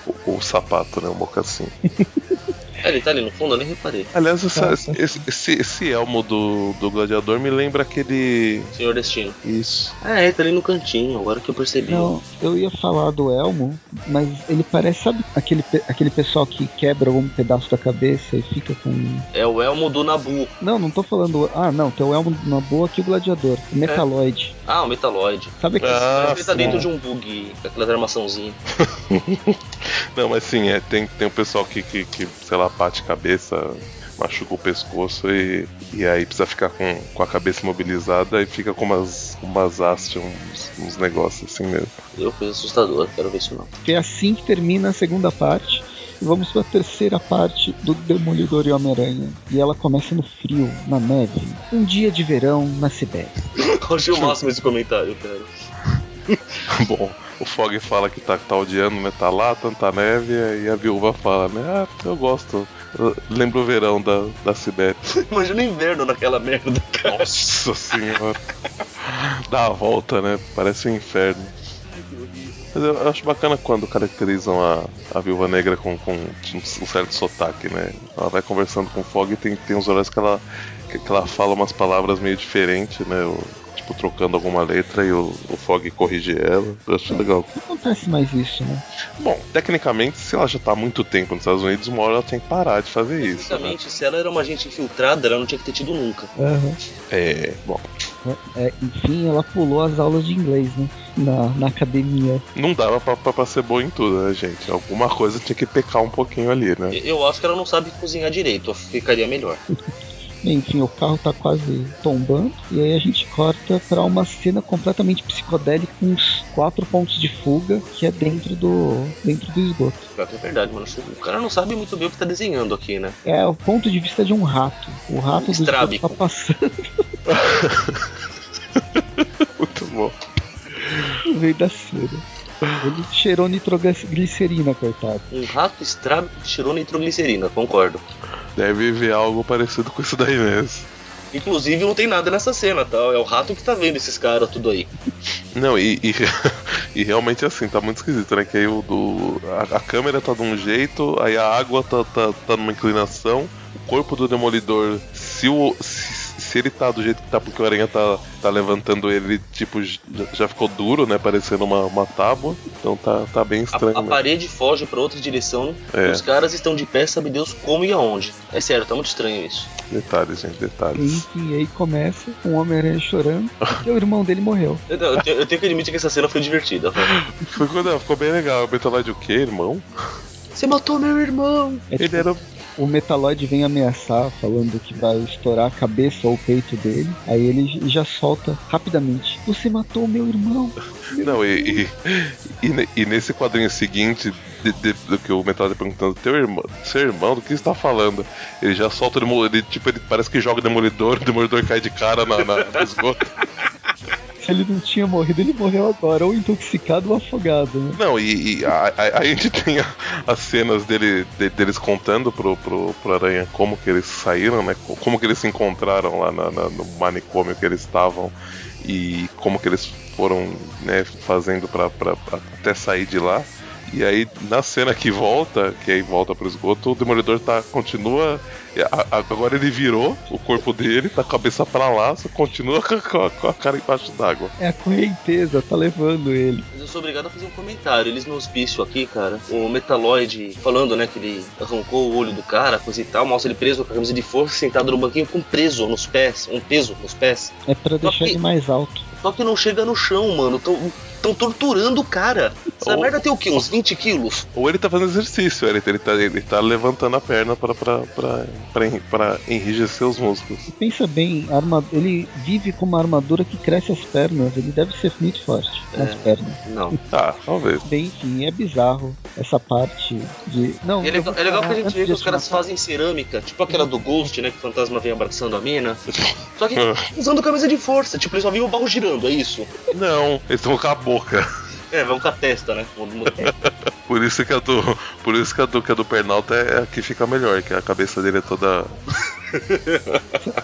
S3: o- o sapato, né, o mocassim.
S4: É, ele tá ali no fundo, eu nem reparei.
S3: Aliás, essa-
S2: Nossa.
S3: esse, esse, esse elmo do, do gladiador me lembra aquele...
S4: Senhor Destino.
S3: Isso.
S4: Ah, ele tá ali no cantinho, agora que eu percebi.
S2: Não, eu ia falar do Elmo, mas ele parece, sabe, aquele, pe- aquele pessoal que quebra algum pedaço da cabeça e fica com.
S4: É o elmo do Nabu.
S2: Não, não tô falando. Ah, não, tem o Elmo na boa aqui o Gladiador,
S4: É.
S2: o Metaloid.
S4: Ah, o Metaloid.
S2: Sabe que.
S3: Ah,
S4: Parece que ele tá
S3: sim.
S4: dentro de um bug, com aquelas armaçãozinhas.
S3: Não, mas sim, é, tem, tem um pessoal que, que, que, sei lá, bate cabeça, machuca o pescoço e, e aí precisa ficar com, com a cabeça imobilizada e fica com umas, umas hastes, uns, uns negócios assim mesmo. <laughs>
S4: Eu coisa assustadora, quero ver <laughs> isso não.
S2: que é assim que termina a segunda parte. E vamos pra terceira parte do Demolidor e Homem-Aranha. E ela começa no frio, na neve. Um dia de verão na Sibéria.
S4: Eu achei o máximo esse comentário, cara.
S3: Bom, o Fog fala que tá, tá odiando, né? Tá lá, tanta neve, e a viúva fala, né? Ah, eu gosto. Eu lembro o verão da, da Sibéria.
S4: <laughs> Imagina o inverno naquela merda.
S3: Nossa senhora. Dá a volta, né? Parece um inferno. Mas eu eu acho bacana quando caracterizam a, a Viúva Negra com, com um certo sotaque, né? Ela vai conversando com o Fog e tem, tem uns horários que ela, que, que ela fala umas palavras meio diferentes, né? O- tipo, trocando alguma letra e o, o Fog corrige ela. Eu acho legal.
S2: Não acontece mais isso, né?
S3: Bom, tecnicamente, se ela já tá há muito tempo nos Estados Unidos, uma hora ela tem que parar de fazer isso. Né?
S4: Basicamente, se ela era uma agente infiltrada, ela não tinha que ter tido nunca.
S3: É, bom.
S2: É, enfim, ela pulou as aulas de inglês, né? Na, na academia.
S3: Não dava pra, pra, pra ser boa em tudo, né, gente? Alguma coisa tinha que pecar um pouquinho ali, né?
S4: Eu acho que ela não sabe cozinhar direito, ficaria melhor.
S2: Enfim, o carro tá quase tombando. E aí a gente corta pra uma cena completamente psicodélica com uns quatro pontos de fuga que é dentro do, dentro do esgoto.
S4: Pior que é verdade, mano. O cara não sabe muito bem o que tá desenhando aqui, né?
S2: É o ponto de vista de um rato. O rato do esgoto
S4: Estrábico.
S2: tá passando
S3: Muito bom.
S2: no meio da cena. Ele cheirou nitroglicerina, coitado.
S4: Um rato estrábico que tirou nitroglicerina, concordo.
S3: Deve ver algo parecido com isso da Inês.
S4: Inclusive, não tem nada nessa cena, tá? É o rato que tá vendo esses caras tudo aí.
S3: Não, e, <laughs> e, e realmente é assim, tá muito esquisito, né? Que aí o do. A, a câmera tá de um jeito, aí a água tá, tá, tá numa inclinação, o corpo do demolidor, se, o, se, se ele tá do jeito que tá, porque o aranha tá, tá levantando ele, ele, tipo, j- já ficou duro, né? Parecendo uma, uma tábua. Então tá, tá bem
S4: A,
S3: estranho.
S4: a
S3: né?
S4: parede foge pra outra direção
S3: É.
S4: e os caras estão de pé, sabe Deus como e aonde. É sério, tá muito estranho <laughs> isso.
S3: Detalhes, gente, detalhes.
S2: Enfim, aí começa com o Homem-Aranha chorando. E o irmão dele morreu.
S4: Eu, eu tenho- eu tenho que admitir que essa cena foi divertida. tá?
S3: Foi quando não, ficou bem legal. O Betaloid o quê, irmão?
S4: Você matou meu irmão!
S2: É
S3: Ele
S2: tipo-
S3: era
S2: O Metaloid vem ameaçar, falando que vai estourar a cabeça ou o peito dele. Aí ele j- já solta rapidamente: Você matou meu irmão.
S3: Não, e, e, e ne- e nesse quadrinho seguinte, de- de- do que o Metal tá perguntando, teu irmão, seu irmão, do que você tá falando? Ele já solta o demolidor, ele, tipo, ele parece que joga o demolidor, o demolidor cai de cara na, na, no esgoto.
S2: Se ele não tinha morrido, ele morreu agora, ou intoxicado ou afogado. Né?
S3: Não, e, e a, a- a gente <laughs> tem a- as cenas dele, de- deles contando pro, pro, pro Aranha como que eles saíram, né? co- Como que eles se encontraram lá na- na- no manicômio que eles estavam e como que eles foram né, fazendo pra, pra- pra- até sair de lá. E aí, na cena que volta, que aí volta pro esgoto, o Demolidor tá, continua. a- a- agora ele virou o corpo dele, tá com a cabeça pra lá, só continua <laughs> com a- com a cara embaixo d'água.
S2: É a correnteza, tá levando ele.
S4: Mas eu sou obrigado a fazer um comentário. Eles no hospício aqui, cara, o Metaloid falando, né, que ele arrancou o olho do cara, coisa e tal. Mostra ele preso com a camisa de força, sentado no banquinho com um preso nos pés, um peso nos pés.
S2: É pra deixar
S4: que-
S2: ele mais alto.
S4: Só que não chega no chão, mano. Tão, Estão torturando o cara. Essa
S3: Ou-
S4: merda tem o quê? Uns 20 quilos?
S3: Ou ele tá fazendo exercício, ele, ele, tá, ele tá levantando a perna pra, pra, pra, pra, en- pra enrijecer os músculos.
S2: Pensa bem, a arma- ele vive com uma armadura que cresce as pernas, ele deve ser muito forte nas
S4: É.
S2: pernas.
S4: Não.
S3: Ah, talvez.
S2: Bem, enfim, é bizarro essa parte de. Não,
S4: E é
S2: eu
S4: legal,
S2: vou
S4: é legal
S2: falar
S4: que a gente
S2: antes
S4: vê que
S2: de
S4: os caras
S2: assinar.
S4: fazem cerâmica, tipo aquela do Ghost, né? Que o fantasma vem abraçando a mina. Só que usando camisa de força, tipo, eles só viram o barro girando, é isso.
S3: Não, eles estão com a boca.
S4: É, vão com a testa, né? Muda- muda-
S3: Por isso que a do, por isso que a do, que a do Pernalta é a que fica melhor, que a cabeça dele é toda.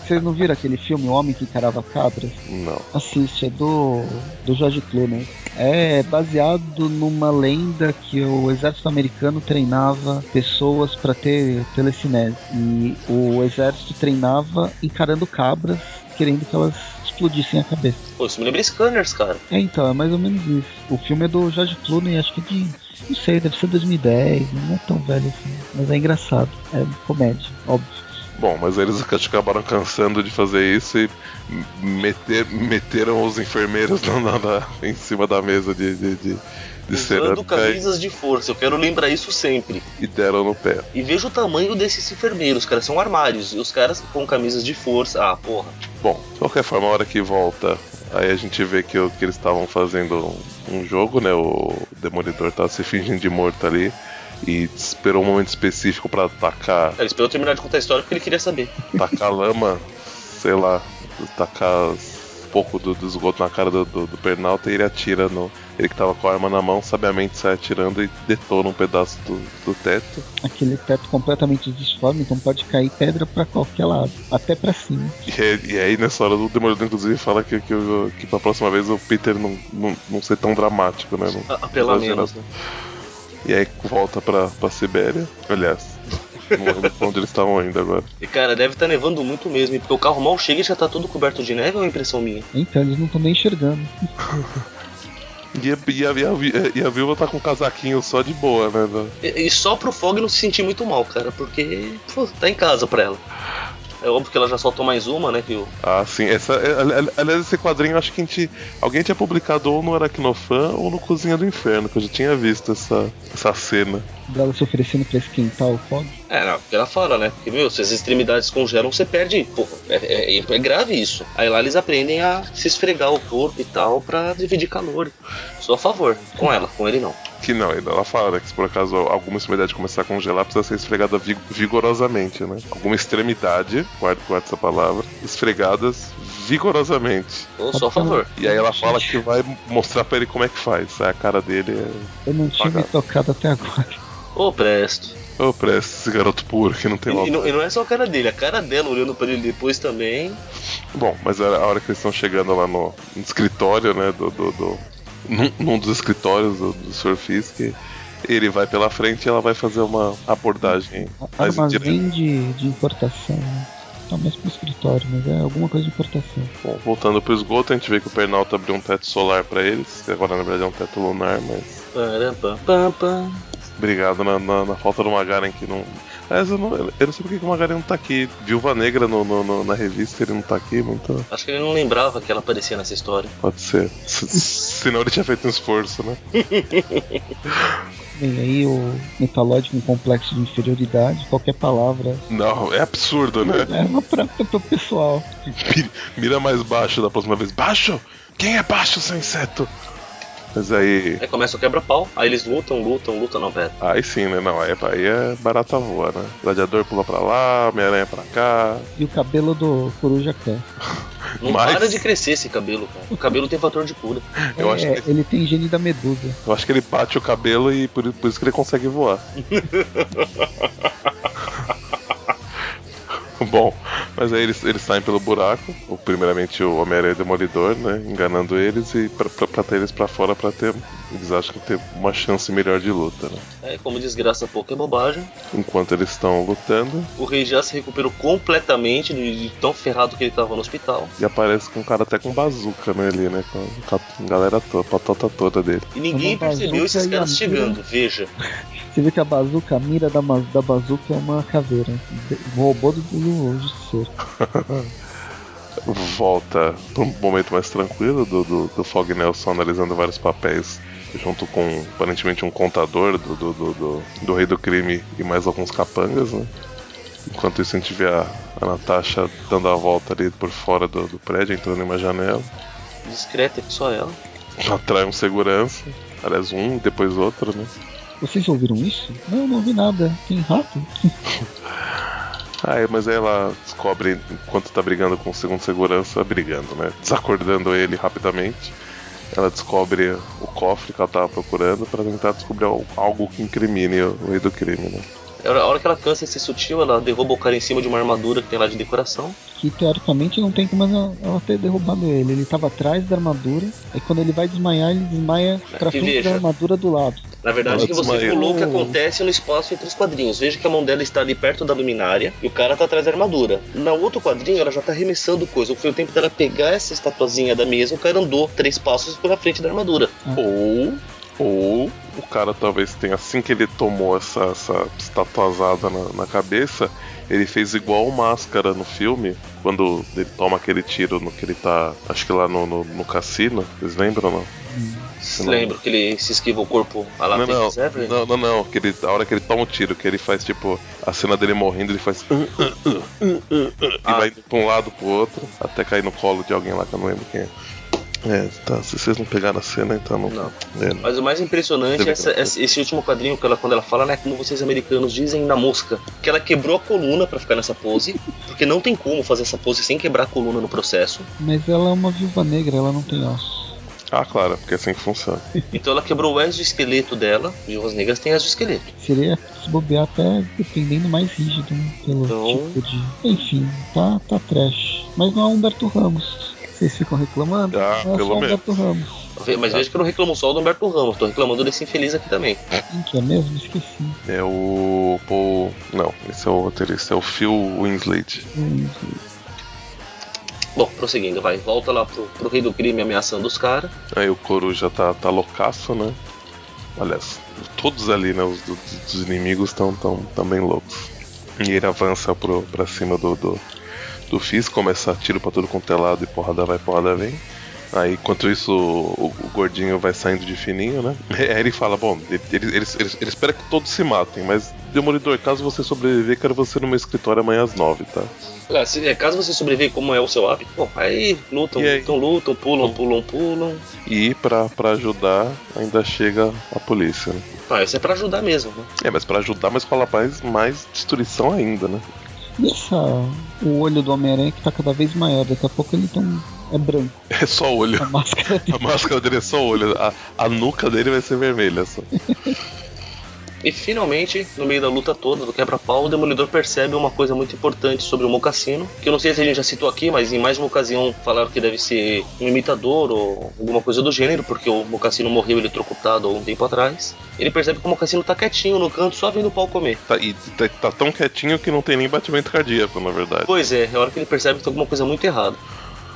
S2: Vocês não viram aquele filme O Homem que Encarava Cabras?
S3: Não.
S2: Assiste, é do, do George Clooney. É baseado numa lenda que o exército americano treinava pessoas para ter telecinese. E o exército treinava encarando cabras, querendo que elas explodissem a cabeça.
S4: Pô, isso me lembra Scanners, cara.
S2: É, então, é mais ou menos isso. O filme é do George Clooney, acho que é de... Não sei, deve ser 2010, não é tão velho assim. Mas é engraçado, é comédia, óbvio.
S3: Bom, mas eles acho que acabaram cansando de fazer isso e meter, meteram os enfermeiros <laughs> na, na- na- em cima da mesa de, de, de, de
S4: Usando
S3: cerâmica e,
S4: camisas de força, eu quero lembrar isso sempre.
S3: e deram no pé.
S4: E veja o tamanho desses enfermeiros, cara. São armários. E os caras com camisas de força. Ah, porra.
S3: Bom, de qualquer forma, a hora que volta, aí a gente vê que, o- que eles estavam fazendo um jogo, né? O Demolidor tá se fingindo de morto ali e esperou um momento específico pra atacar,
S4: Ele esperou eu terminar de contar a história porque ele queria saber.
S3: tacar <laughs> lama, sei lá, tacar um pouco do, do esgoto na cara do, do, do Pernalta e ele atira no. Ele que tava com a arma na mão, sabiamente sai atirando e detona um pedaço do, do teto.
S2: Aquele teto completamente disforme, então pode cair pedra para qualquer lado, até para cima.
S3: E, aí- e é aí nessa hora o Demolidor inclusive fala que, que, o- que pra próxima vez o Peter não, não, não ser tão dramático, né? Não-
S4: Ah, pelo
S3: Exagerado.
S4: menos, né?
S3: E aí volta pra, pra Sibéria. Aliás, não lembro pra onde eles estavam indo agora.
S4: E cara, deve estar nevando muito mesmo, porque o carro mal chega e já tá todo coberto de neve, ou é impressão minha?
S2: Então, eles não estão nem enxergando.
S3: E a, e a, e a, vi- e a viúva tá com um casaquinho só de boa, né? da-
S4: E, e só pro Fog não se sentir muito mal, cara, porque pô, tá em casa pra ela. É óbvio que ela já soltou mais uma, né? Que o...
S3: Ah, sim. Essa, é- ali- ali- aliás, esse quadrinho eu acho que a gente, alguém tinha publicado ou no Aracnofan ou no Cozinha do Inferno, que eu já tinha visto essa, essa cena.
S2: Dela se oferecendo pra esquentar o fogo.
S4: É, não, porque ela fala, né? Porque, meu, se as extremidades congelam, você perde. Pô, é, é- é grave isso. Aí lá eles aprendem a se esfregar o corpo e tal pra dividir calor. Sou a favor. Com ela, com ele não.
S3: Que não, ainda ela fala né, que se por acaso alguma extremidade começar a congelar, precisa ser esfregada vi- vigorosamente, né? Alguma extremidade, guarda, guarda essa palavra, esfregadas vigorosamente.
S4: Eu sou a favor.
S3: E aí ela fala que vai mostrar pra ele como é que faz. Aí a cara dele é.
S2: Eu não tinha me
S3: Apagado.
S2: tocado até agora.
S4: Ô, Presto.
S3: Ô, presta esse garoto puro que não
S4: E,
S3: tem
S4: e
S3: mal.
S4: não, e não é só a cara dele, a cara dela olhando pra ele depois também.
S3: Bom, mas a a hora que eles estão chegando lá no, no escritório, né? Do. do, do- num, num dos escritórios do, do Sr. Fisk, ele vai pela frente e ela vai fazer uma abordagem.
S2: A-
S3: mais indireta.
S2: Armazém de, de importação, né? Talvez pro escritório, mas é alguma coisa de importação.
S3: Bom, voltando pro esgoto, a gente vê que o Pernalta abriu um teto solar pra eles, que agora na verdade é um teto lunar, mas.
S4: Param, pam, pam, pam.
S3: Obrigado na, na, na falta do Magaren que não. Aliás, eu não, eu não sei porque que o Magaren não tá aqui. Viúva Negra no, no- no- na revista, ele não tá aqui, muito.
S4: Acho que ele não lembrava que ela aparecia nessa história.
S3: Pode ser. Se- Senão ele tinha feito um esforço, né?
S2: Bem, aí o Metalóide com complexo de inferioridade, qualquer palavra
S3: Não, é absurdo, né?
S2: leva pra, pra, pro pessoal.
S3: Mi- Mira mais baixo da próxima vez. Baixo? Quem é baixo, seu inseto? Mas aí.
S4: Aí começa o quebra-pau, aí eles lutam, lutam, lutam, não, pera.
S3: Aí sim, né? Não, aí, aí é barata voa, né? Gladiador pula pra lá, Homem-Aranha pra cá.
S2: E o cabelo do Coruja quer.
S4: Não
S3: Mas-
S4: para de crescer esse cabelo, cara. O cabelo tem fator de cura.
S3: Eu
S2: É,
S3: acho que-
S2: Ele tem gene da medusa.
S3: Eu acho que ele bate o cabelo e por, por isso que ele consegue voar. Bom, mas aí eles, eles saem pelo buraco, o, primeiramente o Homem-Aranha e o Demolidor, né? Enganando eles e pra, pra, pra ter eles pra fora pra ter. Eles acham que ter uma chance melhor de luta, né?
S4: É, como desgraça pouca é bobagem.
S3: Enquanto eles estão lutando,
S4: O rei já se recuperou completamente de, de tão ferrado que ele tava no hospital.
S3: e aparece com um cara até com bazuca, né, ali, né? Com a, com a galera toda, a patota toda dele.
S4: E ninguém
S2: Uma bazuca
S4: percebeu esses
S2: e
S4: caras
S2: a mira.
S4: chegando, veja.
S2: Você vê que a bazuca, a mira da, ma- da bazuca é uma caveira. De- O robô do, do justiceiro.
S3: volta para um momento mais tranquilo do, do, do Fog Nelson analisando vários papéis junto com aparentemente um contador do, do, do, do, do rei do crime e mais alguns capangas, né? Enquanto isso a gente vê a, a Natasha dando a volta ali por fora do, do prédio, entrando em uma janela.
S4: Discreta, é só ela.
S3: Atrai um segurança, aliás um, depois outro, né?
S2: Vocês ouviram isso? Não, não ouvi nada. Tem rato?
S3: Ah, é, mas aí ela descobre, enquanto tá brigando com o segundo segurança, brigando, né? Desacordando ele rapidamente. Ela descobre o cofre que ela tava procurando para tentar descobrir al- algo que incrimine o o rei do crime, né?
S4: A hora que ela cansa esse sutil, ela derruba o cara em cima de uma armadura que tem lá de decoração.
S2: que teoricamente não tem como ela, ela ter derrubado ele. Ele tava atrás da armadura, aí quando ele vai desmaiar, ele desmaia pra
S4: que
S2: frente
S4: veja.
S2: da armadura do lado.
S4: Na verdade,
S3: Ela
S4: que você
S3: desmaiou.
S4: pulou o que acontece no espaço entre os quadrinhos. Veja que a mão dela está ali perto da luminária e o cara tá atrás da armadura. Na outro quadrinho, ela já tá arremessando coisa. Foi o tempo dela pegar essa estatuazinha da mesa, o cara andou três passos pela frente da armadura.
S3: Ou. Ou o cara talvez tenha, assim que ele tomou essa, essa estatuazada na, na cabeça, ele fez igual o Máscara no filme, quando ele toma aquele tiro no que ele tá, acho que lá no, no, no cassino, vocês lembram ou não?
S2: Hum.
S4: Se lembra que ele se esquiva o corpo a lá
S3: não,
S4: tem
S3: não,
S4: Severin?
S3: não, não, não, que ele, a hora que ele toma o tiro, que ele faz tipo, a cena dele morrendo, ele faz "Ah, ah, ah, ah, ah, ah", e
S4: Ah.
S3: vai indo pra um lado pro outro, até cair no colo de alguém lá que eu não lembro quem é. É, tá, se vocês não pegaram a cena, então não.
S4: Não.
S3: É, não.
S4: Mas o mais impressionante
S3: Você
S4: é
S3: vê
S4: essa-
S3: que ela-
S4: esse esse último quadrinho que ela, quando ela fala, né? Como vocês americanos dizem, na mosca. Que ela quebrou a coluna pra ficar nessa pose. Porque não tem como fazer essa pose sem quebrar a coluna no processo.
S2: Mas ela é uma viúva negra, ela não tem ossos.
S3: Ah, claro, porque é assim que funciona.
S4: Então ela quebrou o exoesqueleto dela. E as negras têm exoesqueleto.
S2: Seria se bobear até dependendo mais rígido, né? Pelo
S4: Então-
S2: tipo de. Enfim, tá, tá trash. Mas não é o Humberto Ramos. Vocês ficam reclamando?
S3: Ah,
S2: não é
S3: pelo
S2: só o
S3: menos.
S2: Humberto Ramos.
S4: Ve-
S3: Tá.
S4: Mas veja que eu não reclamo só do Humberto Ramos, tô reclamando desse infeliz aqui também.
S2: Quem que é mesmo? Esqueci.
S3: É o Paul. Não, esse é o roteirista, é o Phil Winslet.
S2: Hum,
S4: Bom, prosseguindo, vai. Volta lá pro, pro rei do crime ameaçando os caras.
S3: Aí o Coruja tá, tá loucaço, né? Aliás, todos ali, né? Os do- dos inimigos estão tão, tão bem loucos. E ele avança pro, pra cima do, do, do Fizz, começa a tiro pra tudo quanto é lado e porrada vai, porrada vem. Aí, enquanto isso, o, o gordinho vai saindo de fininho, né? <laughs> Aí ele fala: Bom, ele, ele, ele- ele- ele espera que todos se matem, mas Demolidor, caso você sobreviver, quero você no meu escritório amanhã às nove, tá?
S4: Ah, se- é, Caso você sobreviver como é o seu hábito, bom, aí lutam,
S3: E aí? Hum.
S4: lutam, lutam, pulam, pulam, pulam.
S3: E pra, pra ajudar, ainda chega a polícia, né?
S4: Ah, isso é pra ajudar mesmo, né?
S3: É, mas pra ajudar, mas com a mais, mais destruição ainda, né? <laughs>
S2: E essa. O olho do Homem-Aranha que tá cada vez maior. Daqui a pouco ele tem um. É branco.
S3: É só o olho. <laughs>
S2: A máscara dele.
S3: A máscara dele é só o olho. A, a nuca dele vai ser vermelha. Só.
S4: E finalmente, no meio da luta toda, do quebra-pau, o Demolidor percebe uma coisa muito importante sobre o Mocassino, que eu não sei se a gente já citou aqui, mas em mais de uma ocasião falaram que deve ser um imitador ou alguma coisa do gênero, porque o Mocassino morreu eletrocutado há um tempo atrás. Ele percebe que o Mocassino tá quietinho no canto, só vendo o pau comer.
S3: Tá, e tá, tá tão quietinho que não tem nem batimento cardíaco, na verdade.
S4: Pois é, é a hora que ele percebe que tem alguma coisa muito errada.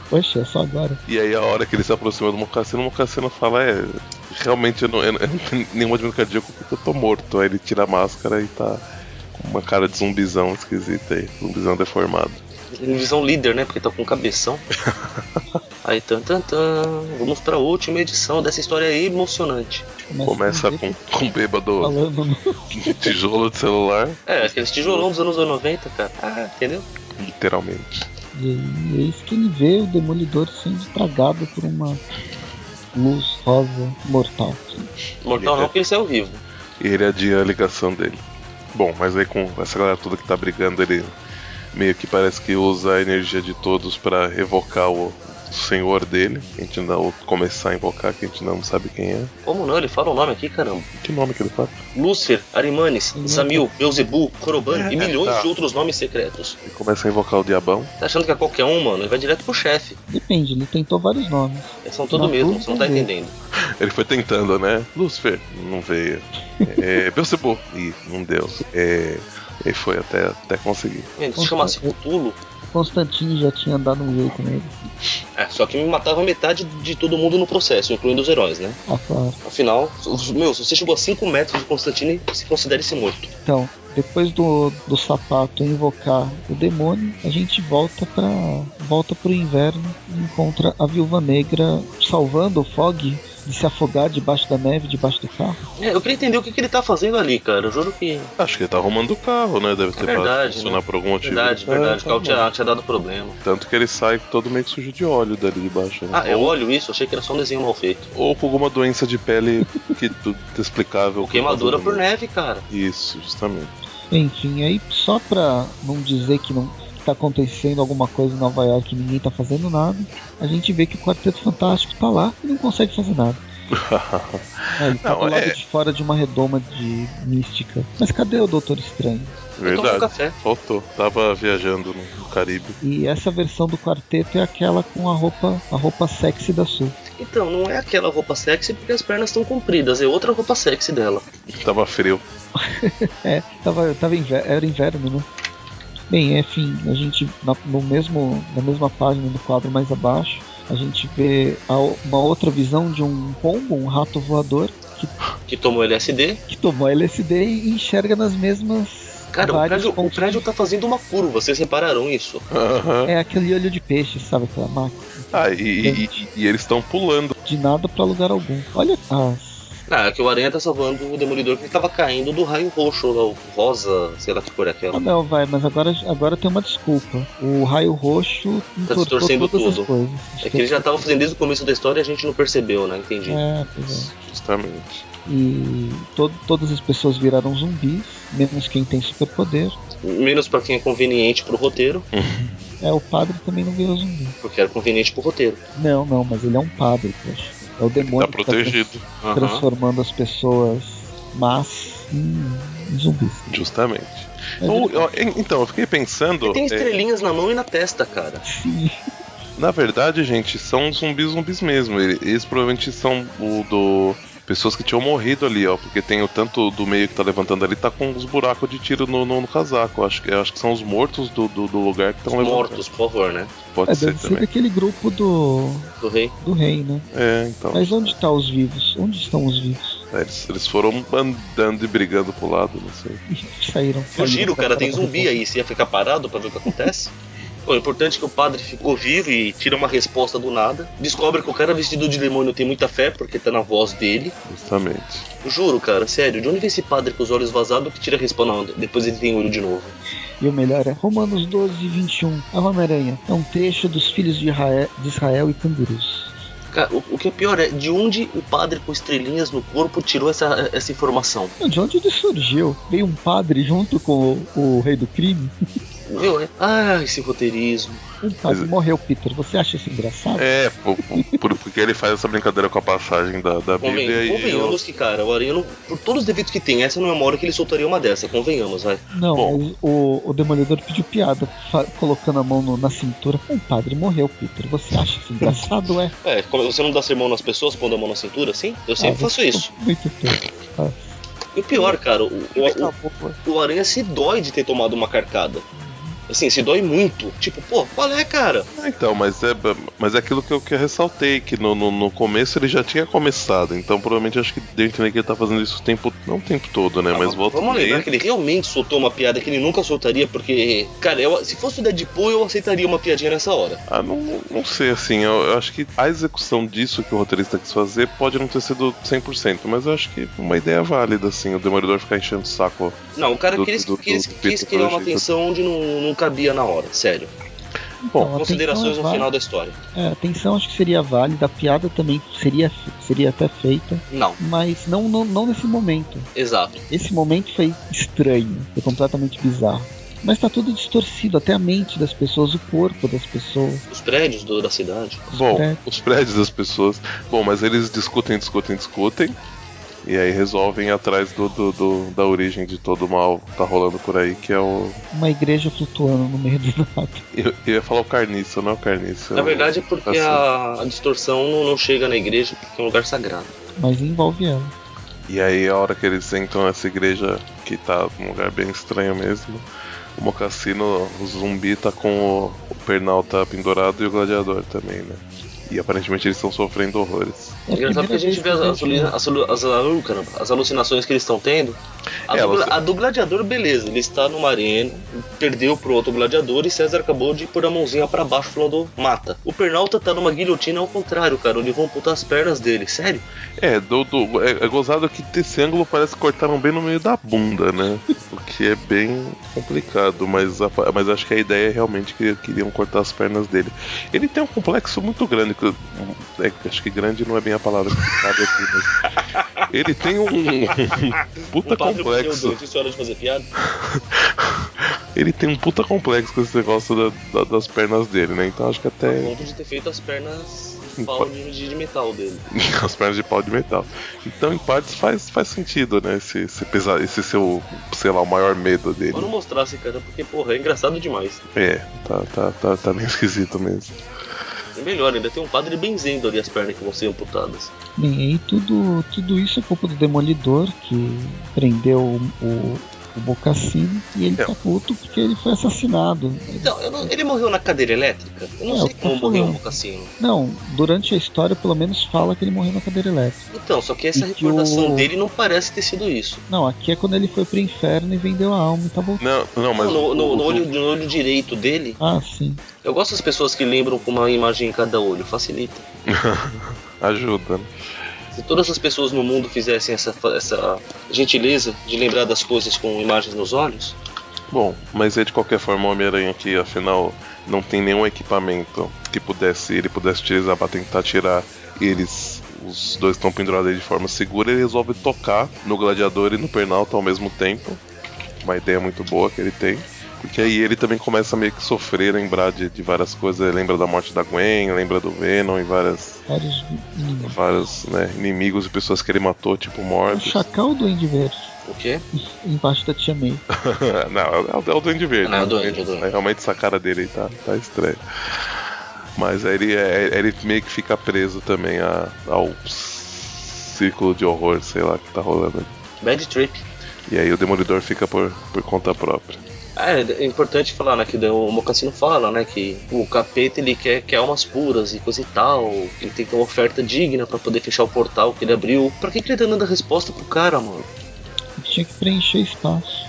S2: Poxa, é só agora.
S3: E aí, a hora que ele se aproxima do Mocassino, o Mocassino fala: É, realmente eu não, eu não- eu não <laughs> tenho nenhum batimento cardíaco porque eu tô morto. Aí ele tira a máscara e tá com uma cara de zumbizão esquisita aí. Zumbizão deformado.
S4: Em visão líder, né? Porque tá com cabeção. Aí, tan, tan, tan. Vamos pra última edição dessa história emocionante.
S3: Começa
S2: ver
S3: com, com um bêbado
S2: Falando né? no...
S3: de tijolo de celular,
S4: É, aqueles tijolão dos anos 90, cara. Ah, entendeu?
S3: literalmente.
S2: E eis que ele vê o Demolidor sendo tragado por uma luz rosa mortal.
S4: Mortal não,
S3: é-
S4: porque ele saiu vivo.
S3: E ele adia a ligação dele. Bom, mas aí com essa galera toda que tá brigando, ele meio que parece que usa a energia de todos pra revocar o senhor dele. A gente ainda ou começar a invocar que a gente ainda não sabe quem é.
S4: Como não? Ele fala o nome aqui, caramba.
S3: Que nome que ele fala?
S4: Lúcifer, Arimanes,
S2: Uhum.
S4: Zamil, Beuzebu, Coroban
S3: É,
S4: e milhões
S3: tá.
S4: de outros nomes secretos.
S3: Ele começa a invocar o diabão.
S4: Tá achando que é qualquer um, mano? Ele vai direto pro chefe.
S2: Depende, ele tentou vários nomes.
S4: Eles São tudo
S2: Mas
S4: mesmo,
S2: tudo
S4: você não tá
S2: bem.
S4: entendendo.
S3: Ele foi tentando, né? Lucifer, não veio. É, Belzebu, e não deu. É, e foi até, até conseguir.
S4: Mano, Se chamasse Cthulhu,
S2: Constantino já tinha dado um jeito nele.
S4: é, só que me matava metade de todo mundo no processo, incluindo os heróis, né?
S2: Ah, claro.
S4: Afinal, os- meu, se você chegou a 5 metros de Constantine, se considere-se morto.
S2: Então, depois do, do sapato invocar o demônio, a gente volta para volta pro inverno e encontra a viúva negra salvando o Fog de se afogar debaixo da neve, debaixo do carro.
S4: É, eu queria entender o que, que ele tá fazendo ali, cara. Eu juro que.
S3: Acho que ele tá arrumando o carro, né? Deve ter parado de
S4: verdade,
S3: funcionar
S4: né?
S3: por algum motivo.
S4: Verdade, verdade.
S3: É,
S4: o carro
S3: tá
S4: tinha, tinha dado problema.
S3: bom. Tanto que ele sai todo meio que sujo de óleo dali de baixo. Né?
S4: Ah, eu
S3: ou,
S4: olho isso, achei que era só um desenho mal feito.
S3: ou com alguma doença de pele que tudo explicável.
S4: Ou
S3: Tá
S4: queimadura por neve, cara.
S3: Isso,
S4: <laughs>
S3: justamente.
S2: Enfim, aí só pra não dizer que não que tá acontecendo alguma coisa em Nova York e ninguém tá fazendo nada, a gente vê que o Quarteto Fantástico tá lá e não consegue fazer nada. Ah, ele tá
S3: Não,
S2: do lado
S3: é-
S2: de fora de uma redoma de mística. Mas cadê o Doutor Estranho?
S4: Eu tomo um
S3: <laughs> Verdade.
S4: café.
S3: Faltou. Tava viajando no no Caribe.
S2: E essa versão do quarteto é aquela com a roupa, a roupa sexy da Sul.
S4: Então, não é aquela roupa sexy porque as pernas estão compridas, é outra roupa sexy dela.
S3: Tava frio. <laughs>
S2: É, tava, tava inver- era inverno, né? Bem, enfim, a gente na, no mesmo, na mesma página do quadro mais abaixo, a gente vê a o- uma outra visão de um pombo, um rato voador,
S4: Que tomou LSD.
S2: que tomou LSD e enxerga nas mesmas.
S4: Cara, o
S2: vários
S4: prédio, o
S2: pontos
S4: prédio
S2: de-
S4: tá fazendo uma curva, vocês repararam isso?
S3: Aham.
S2: É aquele olho de peixe, sabe? Aquela máquina.
S3: Ah, e, e- e- e eles estão pulando.
S2: De nada pra lugar algum. Olha as.
S4: Ah, é que o Aranha tá salvando o Demolidor que ele tava caindo do raio roxo, lá, o rosa, sei lá que cor é
S2: Ah,
S4: aquela.
S2: não, vai, mas agora, agora tem uma desculpa. O raio roxo entortou
S4: Tá distorcendo
S2: todas
S4: tudo.
S2: as coisas.
S4: É que ele já tava fazendo desde o começo da história e a gente não percebeu, né? Entendi.
S2: É, pois é.
S3: Justamente. Tá
S2: E to- todas as pessoas viraram zumbis, menos quem tem superpoder.
S4: Menos pra quem é conveniente pro roteiro,
S2: É, o padre também não virou zumbi.
S4: porque era conveniente pro roteiro.
S2: Não, não, mas ele é um padre, poxa. É o demônio
S3: Tá
S2: que
S3: protegido.
S2: tá trans- transformando as pessoas más em, em zumbis.
S3: Justamente.
S2: Mas
S3: Ou-
S2: ele-
S3: ó, en- então, eu fiquei pensando.
S4: Tem
S3: é,
S4: estrelinhas na mão e na testa, cara.
S2: Sim,
S3: na verdade, gente, são zumbis zumbis mesmo. Ele- Eles provavelmente são o do. Pessoas que tinham morrido ali, ó. Porque tem o tanto do meio que tá levantando ali, tá com uns buracos de tiro no, no- no casaco. Eu Acho, que- eu acho que são os mortos do, do- do lugar que
S2: Então
S3: estão levantando.
S4: Mortos, por favor, né?
S3: Pode
S2: é,
S3: ser
S2: deve ser
S3: também.
S2: daquele grupo do,
S4: Do rei.
S2: do rei, né?
S3: É, então.
S2: Mas onde estão os vivos? Onde estão os vivos?
S3: É, Eles, eles foram andando e brigando pro lado, não sei.
S2: Ih, Saíram.
S4: Fugiram,
S2: saíram
S4: cara, tem
S2: da-
S4: zumbi aí. Você ia ficar parado pra ver o que <laughs> acontece? Bom, o importante é que o padre ficou vivo e tira uma resposta do nada. Descobre que o cara vestido de demônio tem muita fé, porque tá na voz dele.
S3: Justamente.
S4: Juro, cara, sério, de onde vem esse padre com os olhos vazados que tira a resposta? Não, depois ele tem olho de novo.
S2: E o melhor é Romanos 12, 21. A Homem-Aranha é um trecho dos filhos de Israel, de Israel e cangurus.
S4: Cara, o, o que é pior é de onde o padre com estrelinhas no corpo tirou essa, essa informação.
S2: De onde ele surgiu? Veio um padre junto com o, o rei do crime?
S4: Meu, é- ah, esse roteirismo.
S2: Um padre
S3: Mas-
S2: morreu, Peter. Você acha isso engraçado?
S3: <laughs> É, por, por- por- porque ele faz essa brincadeira com a passagem da, da Bíblia
S4: Conven-
S3: e.
S4: Convenhamos que, cara, o Aranha, não- por todos os devidos que tem, essa não é uma hora que ele soltaria uma dessa, convenhamos, vai.
S2: Não,
S3: Bom.
S2: mas o, o Demolidor pediu piada, fa- colocando a mão no- na cintura. Um padre morreu, Peter. Você acha isso engraçado, é?
S4: É, como você não dá sermão nas pessoas pondo a mão na cintura, assim? Eu sempre
S2: Ah,
S4: faço
S2: você-
S4: isso.
S2: Muito bem. Ah,
S4: E o pior, cara, o, o,
S2: acabou, pô.
S4: o- o Aranha se dói de ter tomado uma carcada. Assim, se dói muito. Tipo, pô, qual é, cara?
S3: Ah, Então, mas é, mas é aquilo que eu, que eu ressaltei, que no, no, no começo ele já tinha começado, então provavelmente acho que deu a entender que ele tá fazendo isso o tempo, não o tempo todo, né, mas volta
S4: Ah, Vamos
S3: e meia.
S4: lembrar que ele realmente soltou uma piada que ele nunca soltaria, porque, cara, eu- se fosse o Deadpool, eu aceitaria uma piadinha nessa hora.
S3: Ah, não, não sei, assim, eu, eu acho que a execução disso que o roteirista quis fazer pode não ter sido 100%, mas eu acho que uma ideia válida, assim, o Demolidor ficar enchendo o saco.
S4: Não, o cara
S3: Do-
S4: quis,
S3: do-
S4: quis,
S3: do- do
S4: quis
S3: Peter
S4: criar uma
S3: Parker.
S4: tensão onde não, não cabia na hora, sério.
S2: Então,
S3: Bom,
S2: a tensão
S4: Considerações
S2: é
S4: no
S2: vá-
S4: final da história.
S2: É, a tensão acho que seria válida, a piada também seria, seria até feita,
S4: Não,
S2: mas não, não, não nesse momento.
S4: exato.
S2: Esse momento foi estranho, foi completamente bizarro. Mas tá tudo distorcido, até a mente das pessoas, o corpo das pessoas.
S4: Os prédios do- da cidade.
S3: Bom,
S2: prédios.
S3: os prédios das pessoas. Bom, mas eles discutem, discutem, discutem. E aí resolvem ir atrás do, do- do- da origem de todo o mal que tá rolando por aí, que é o.
S2: Uma igreja flutuando no meio do nada.
S3: Eu, eu ia falar o carniça, não é o carniça. é
S4: Na
S3: o-
S4: verdade é porque a,
S3: Tá
S4: a distorção não, não chega na igreja, porque é um lugar sagrado.
S2: Mas envolve ela.
S3: E aí a hora que eles entram nessa igreja, um que tá num lugar bem estranho mesmo, o Mocassino, o zumbi tá com o, Pernalta pendurado e o Gladiador também, né? E aparentemente eles estão sofrendo horrores.
S4: É engraçado porque a gente vê as, as, as, as, ah, caramba, as alucinações que eles estão tendo. A,
S3: É,
S4: do,
S3: você-
S4: a do gladiador, beleza, ele está numa arena, perdeu pro outro gladiador e César acabou de pôr a mãozinha pra baixo falando mata. O Pernalta tá numa guilhotina ao contrário, cara, onde vão amputar as pernas dele, sério?
S3: É, do, do- é, é gozado que desse ângulo parece que cortaram bem no meio da bunda, né? O que é bem complicado, mas, a- mas acho que a ideia é realmente que queriam cortar as pernas dele. Ele tem um complexo muito grande, que eu- é, que acho que grande não é bem a palavra que cabe aqui, mas. Ele tem um, um puta
S4: o padre
S3: complexo.
S4: perdeu isso é hora de fazer piada.
S3: Ele tem um puta complexo com esse negócio da- da- das pernas dele, né? Então acho que
S4: A
S3: até.
S4: ponto de ter feito as pernas de pau de, de metal dele.
S3: as pernas de pau de metal. Então, em partes, faz, faz sentido, né? Esse, esse, pesa- esse seu, sei lá, o maior medo
S4: Eu não
S3: dele.
S4: mostrasse, cara, porque, porra, é engraçado demais.
S3: É, tá, tá, tá, tá meio <laughs> esquisito mesmo.
S4: E melhor, ainda tem um padre benzendo ali as pernas que vão ser amputadas.
S2: Bem, aí tudo, tudo isso é culpa do Demolidor, que prendeu o, o, o Bocassino, e ele
S3: É.
S2: tá puto porque ele foi assassinado.
S4: Então, eu não- ele morreu na cadeira elétrica? Eu não
S2: É,
S4: sei
S2: eu tô
S4: como morreu
S2: falando.
S4: o Cassino.
S2: Não, durante a história pelo menos fala que ele morreu na cadeira elétrica.
S4: Então, só que essa
S2: E que
S4: recordação
S2: o-
S4: dele não parece ter sido isso.
S2: Não, aqui é quando ele foi pro inferno e vendeu a alma e tá voltando.
S3: Não, não, mas.
S4: no,
S3: o-
S4: no- no
S3: o-
S4: olho, no olho direito dele,
S2: Ah, sim.
S4: eu gosto das pessoas que lembram com uma imagem em cada olho, facilita.
S3: Ajuda, né?
S4: Se todas as pessoas no mundo fizessem essa, essa gentileza de lembrar das coisas com imagens nos olhos,
S3: Bom, mas é de qualquer forma o Homem-Aranha aqui, afinal, não tem nenhum equipamento que pudesse ele pudesse utilizar pra tentar tirar eles. Os dois estão pendurados aí de forma segura. Ele resolve tocar no Gladiador e no Pernalta ao mesmo tempo. Uma ideia muito boa que ele tem. Porque aí ele também começa a meio que sofrer, lembrar de, de várias coisas. Ele lembra da morte da Gwen, lembra do Venom e várias,
S2: Vários inimigos.
S3: vários né, inimigos e pessoas que ele matou, tipo
S2: O
S3: mortos.
S2: Chacal do Duende Verde,
S4: o quê?
S2: embaixo da Tia May.
S3: <laughs> não, é o, é o Duende Verde.
S4: Não, é o
S3: né?
S4: Duende, é o Duende.
S3: Mas Realmente essa cara dele aí tá, tá estranha. Mas aí ele, é- ele meio que fica preso também a- ao círculo de horror, sei lá, que tá rolando. ali.
S4: Bad Trip.
S3: E aí o Demolidor fica por, por conta própria.
S4: Ah, é é importante falar, né, que o Mocassino fala, né, que o capeta ele quer, quer almas puras e coisa e tal, ele tem que ter uma oferta digna pra poder fechar o portal que ele abriu. Pra que que ele tá dando a resposta pro cara, mano?
S2: Ele tinha que preencher espaço.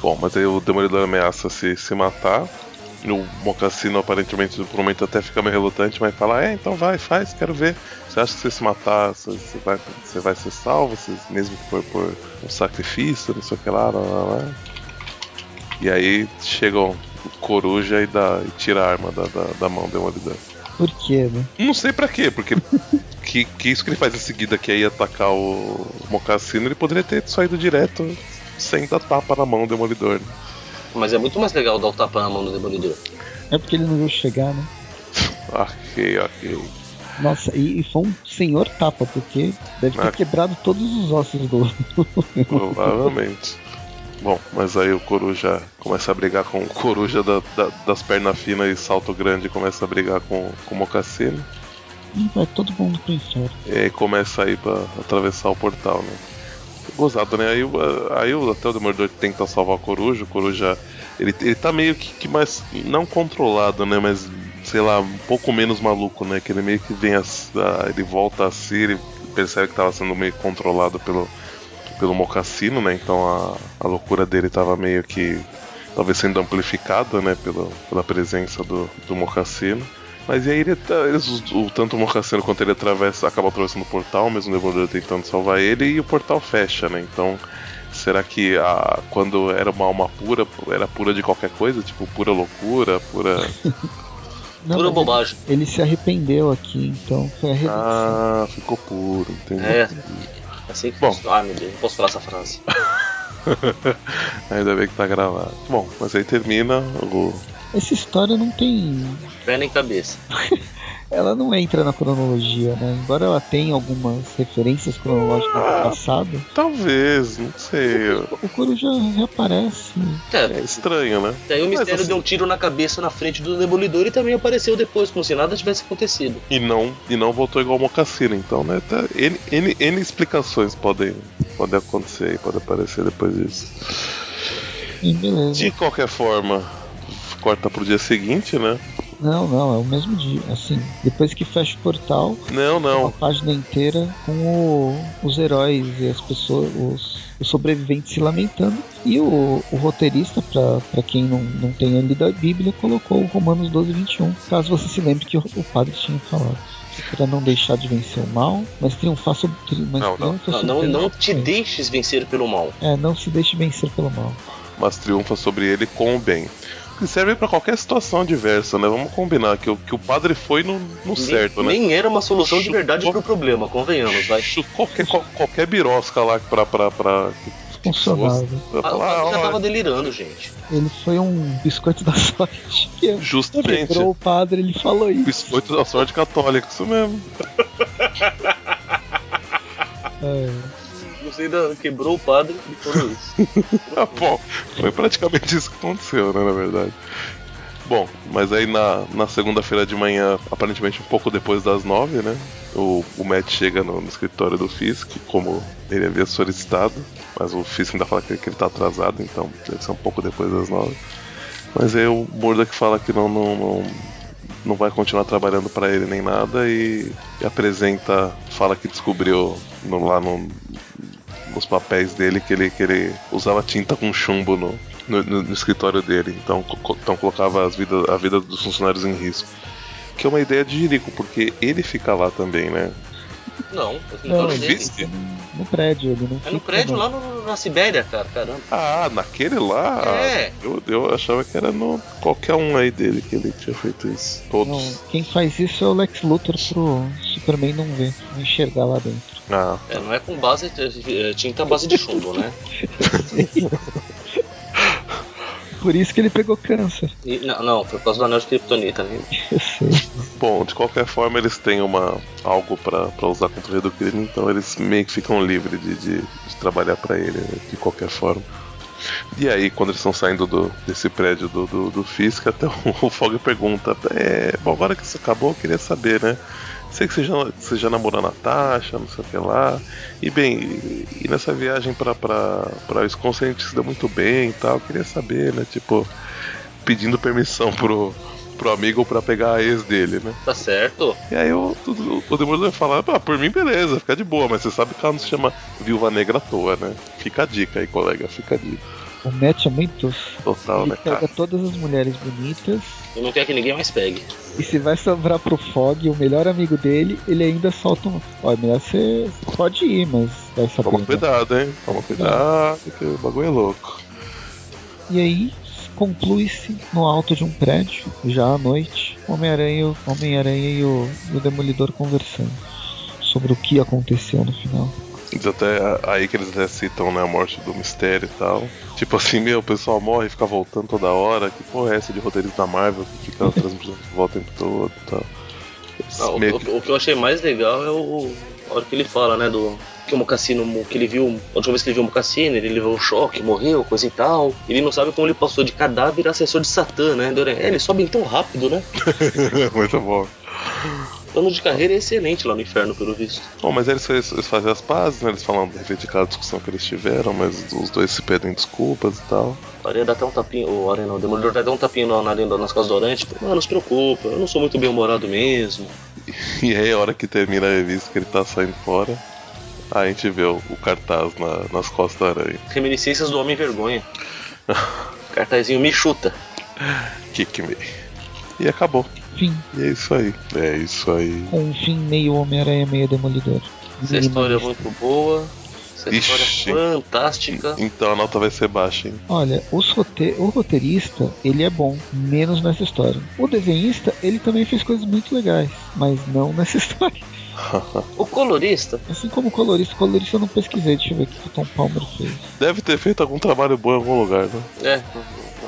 S3: Bom, mas aí o Demolidor ameaça se, se matar. E o Mocassino aparentemente por um momento até fica meio relutante, mas fala, é, então vai, faz, quero ver. Você acha que você se matar, você, você vai, você vai ser salvo, você- mesmo que for por um sacrifício, não sei o que lá, lá, lá, lá. E aí chega o coruja e, dá, e tira a arma da, da, da mão do Demolidor.
S2: Por quê, né?
S3: Não sei pra quê, porque que, que isso que ele faz em seguida, que é ir atacar o Mocassino, ele poderia ter saído direto sem dar tapa na mão do Demolidor. né?
S4: Mas é muito mais legal dar o tapa na mão do Demolidor.
S2: É porque ele não viu chegar, né?
S3: Ok, ok.
S2: Nossa, e, e foi um senhor tapa, porque deve ter
S3: Ah.
S2: quebrado todos os ossos do. <laughs>
S3: Provavelmente. Bom, mas aí o coruja começa a brigar com o coruja da- da- das pernas finas e salto grande, começa a brigar com, com o Mocassino.
S2: E vai todo mundo pro inferno.
S3: E aí começa a ir pra atravessar o portal, né? Gozado, né? Aí, o- aí o- até o Demolidor tenta salvar o Coruja. O Coruja, ele, ele tá meio que, que mais, não controlado, né? Mas, sei lá, um pouco menos maluco, né? Que ele meio que vem, a, s- a- ele volta a si, ele percebe que tava sendo meio controlado pelo, pelo Mocassino, né? Então a, a loucura dele tava meio que, talvez sendo amplificada, né? Pelo, pela presença do, do Mocassino. Mas e aí ele, tá- eles, o, o- tanto o Mocassino quanto ele atravessa, acaba atravessando o portal, mesmo o Demolidor tentando salvar ele, e o portal fecha, né? Então, será que a, quando era uma alma pura, era pura de qualquer coisa? Tipo, pura loucura, pura.
S2: Não,
S4: Pura
S2: mas é
S4: bobagem.
S2: Ele, ele se arrependeu aqui, então foi a redenção.
S3: Ah, ficou puro, entendi.
S4: É. Assim que
S3: Bom.
S4: Ah, meu Deus, não posso falar essa frase.
S3: Ainda bem que tá gravado. Bom, mas aí termina o.
S2: Essa história não tem.
S4: Pé nem cabeça.
S2: Ela não entra na cronologia, né? Embora ela tenha algumas referências cronológicas do passado,
S3: Talvez, não sei.
S2: o Coruja reaparece.
S3: É
S4: É,
S3: estranho, né?
S4: daí o
S3: Mas,
S4: mistério
S3: assim,
S4: deu um tiro na cabeça na frente do Demolidor e também apareceu depois, como se nada tivesse acontecido.
S3: E não, e não voltou igual o Mocassino, então, né? Tá, N, N, N explicações podem, podem acontecer e podem aparecer depois disso.
S2: E beleza.
S3: De qualquer forma, corta pro dia seguinte, né?
S2: Não, não, é o mesmo dia. Assim, depois que fecha o portal,
S3: Não,
S2: é uma
S3: não.
S2: página inteira com o- os heróis e as pessoas, os, os sobreviventes se lamentando. E o, o roteirista, pra pra quem não, não tenha lido a Bíblia, colocou Romanos 12, 21. Caso você se lembre que o, o padre tinha falado. Pra não deixar de vencer o mal, mas triunfar sobre. tri- Mas
S3: Não, não,
S2: triunfa
S4: Não,
S2: sobre
S4: não,
S2: o
S4: não
S2: mal.
S4: te deixes vencer pelo mal.
S2: É, não se deixe vencer pelo mal.
S3: Mas triunfa sobre ele com o bem. Que serve pra qualquer situação diversa, né? Vamos combinar que o, que o padre foi no, no certo, né?
S4: nem, nem era uma solução de verdade pro problema, convenhamos, vai.
S3: Chu- Qualquer, qual- qualquer birosca lá pra. pra, pra que-
S2: Funcionava.
S3: pra
S4: Ah,
S3: falar,
S4: O padre já
S3: ó,
S4: tava delirando, gente.
S2: Ele foi um biscoito da <laughs> sorte. Que
S3: Justamente.
S2: quebrou o padre, ele falou isso.
S3: Biscoito da sorte católica, isso mesmo.
S2: É.
S4: Não sei, da- quebrou o padre e falou isso.
S3: <laughs> Ah, bom, foi praticamente isso que aconteceu, né, na verdade. Bom, mas aí na, na segunda-feira de manhã, aparentemente um pouco depois das nove, né? O, o Matt chega no, no escritório do Fisk, como ele havia solicitado, mas o Fisk ainda fala que, que ele tá atrasado, então deve ser um pouco depois das nove. Mas aí o Murdoch fala que não, não, não, não vai continuar trabalhando pra ele nem nada e, e apresenta, fala que descobriu no- lá no, os papéis dele que ele, que ele usava tinta com chumbo no, no, no- no escritório dele. Então, co- co- então colocava as vida, a vida dos funcionários em risco. Que é uma ideia de Jerico, porque ele fica lá também, né?
S4: Não, eu não
S2: Não,
S4: tô
S2: ele
S4: dele.
S2: fica no- no prédio, ele não
S4: É
S2: fica
S4: no prédio
S2: não.
S4: lá no- na Sibéria, cara, caramba.
S3: Ah, naquele lá?
S4: É.
S3: Eu, eu achava que era no qualquer um aí dele que ele tinha feito isso. Todos.
S2: Não, quem faz isso é o Lex Luthor pro Superman não ver, não enxergar lá dentro.
S3: Ah,
S4: É, não é com base. é, Tinta à base de chumbo, né?
S2: Por isso que ele pegou câncer. <laughs>
S4: E- não, não, foi por causa do anel de Kryptonita, né?
S2: Eu sei.
S3: Bom, de qualquer forma eles têm uma algo pra pra usar contra o rei do crime, então eles meio que ficam livres de, de, de trabalhar pra ele, né, de qualquer forma. E aí, quando eles estão saindo do, desse prédio do, do, do Fisk, até <laughs> o, o Fog pergunta: é, Bom, agora que isso acabou, eu queria saber, né? Sei que você já, você já namorou a Natasha, não sei o que lá. E bem, e, e nessa viagem pra, pra, pra Wisconsin a gente se deu muito bem e tal. Eu queria saber, né? Tipo, pedindo permissão pro, pro amigo pra pegar a ex dele, né?
S4: Tá certo?
S3: E aí o, o, o Demolidor fala, ah, por mim beleza, fica de boa, mas você sabe que ela não se chama Viúva Negra à toa, né? Fica a dica aí, colega, fica a dica.
S2: O Matt é muito.
S3: Total,
S2: Ele
S3: né, cara?
S2: pega todas as mulheres bonitas.
S4: Eu não quero que ninguém mais pegue.
S2: E se vai sobrar pro Fog, o melhor amigo dele, ele ainda solta um. Ó, é melhor você. Pode ir, mas vai saber.
S3: Toma
S2: né?"
S3: cuidado, hein? Toma cuidado, que o bagulho é louco.
S2: E aí, conclui-se no alto de um prédio, já à noite, Homem-Aranha Homem e, o, e o Demolidor conversando sobre o que aconteceu no final.
S3: Diz até aí que eles até citam, né, a morte do mistério e tal. Tipo assim, meu, o pessoal morre e fica voltando toda hora. Que porra é essa de roteiristas da Marvel que fica transmitindo de <laughs> volta o tempo todo e tal. Eles
S4: Não, o,
S3: meio que-
S4: o- o que eu achei mais legal é o. A hora que ele fala, né? Do. Que o Mocassino. Que ele viu. A última vez que ele viu o Mocassino, ele levou um choque, morreu, coisa e tal. Ele não sabe como ele passou de cadáver a assessor de Satã, né? Dorian? É, eles sobem tão rápido, né?
S3: <laughs> Muito bom.
S4: Plano de carreira é excelente lá no inferno, pelo visto.
S3: Bom, mas eles, eles- eles fazem as pazes, né? Eles falam de reivindicar a discussão que eles tiveram, mas os dois se pedem desculpas e tal. <laughs>
S4: O Aranha dá até um tapinha, o Aranha não, o Demolidor dá até um tapinha na, na, nas costas do Aranha, tipo, mano, não se preocupa, eu não sou muito bem-humorado mesmo.
S3: E aí, a hora que termina a revista, que ele tá saindo fora, a gente vê o, o cartaz na- nas costas da aranha.
S4: Reminiscências do Homem Vergonha. Cartazinho me chuta.
S3: Kick me. E acabou.
S2: Fim,
S3: E é isso aí. É isso aí.
S2: com um fim meio Homem-Aranha, meio Demolidor.
S4: Essa
S2: Hum,
S4: história é muito boa. Essa história
S3: Ixi.
S4: é fantástica.
S3: Então a nota vai ser baixa, hein? <laughs>
S2: Olha, os rote- o roteirista, ele é bom, menos nessa história. O desenhista, ele também fez coisas muito legais, mas não <laughs> nessa história.
S4: O colorista,
S2: Assim como o colorista, o colorista eu não pesquisei, deixa eu ver o que o Tom Palmer fez.
S3: Deve ter feito algum trabalho bom em algum lugar, né?
S4: é,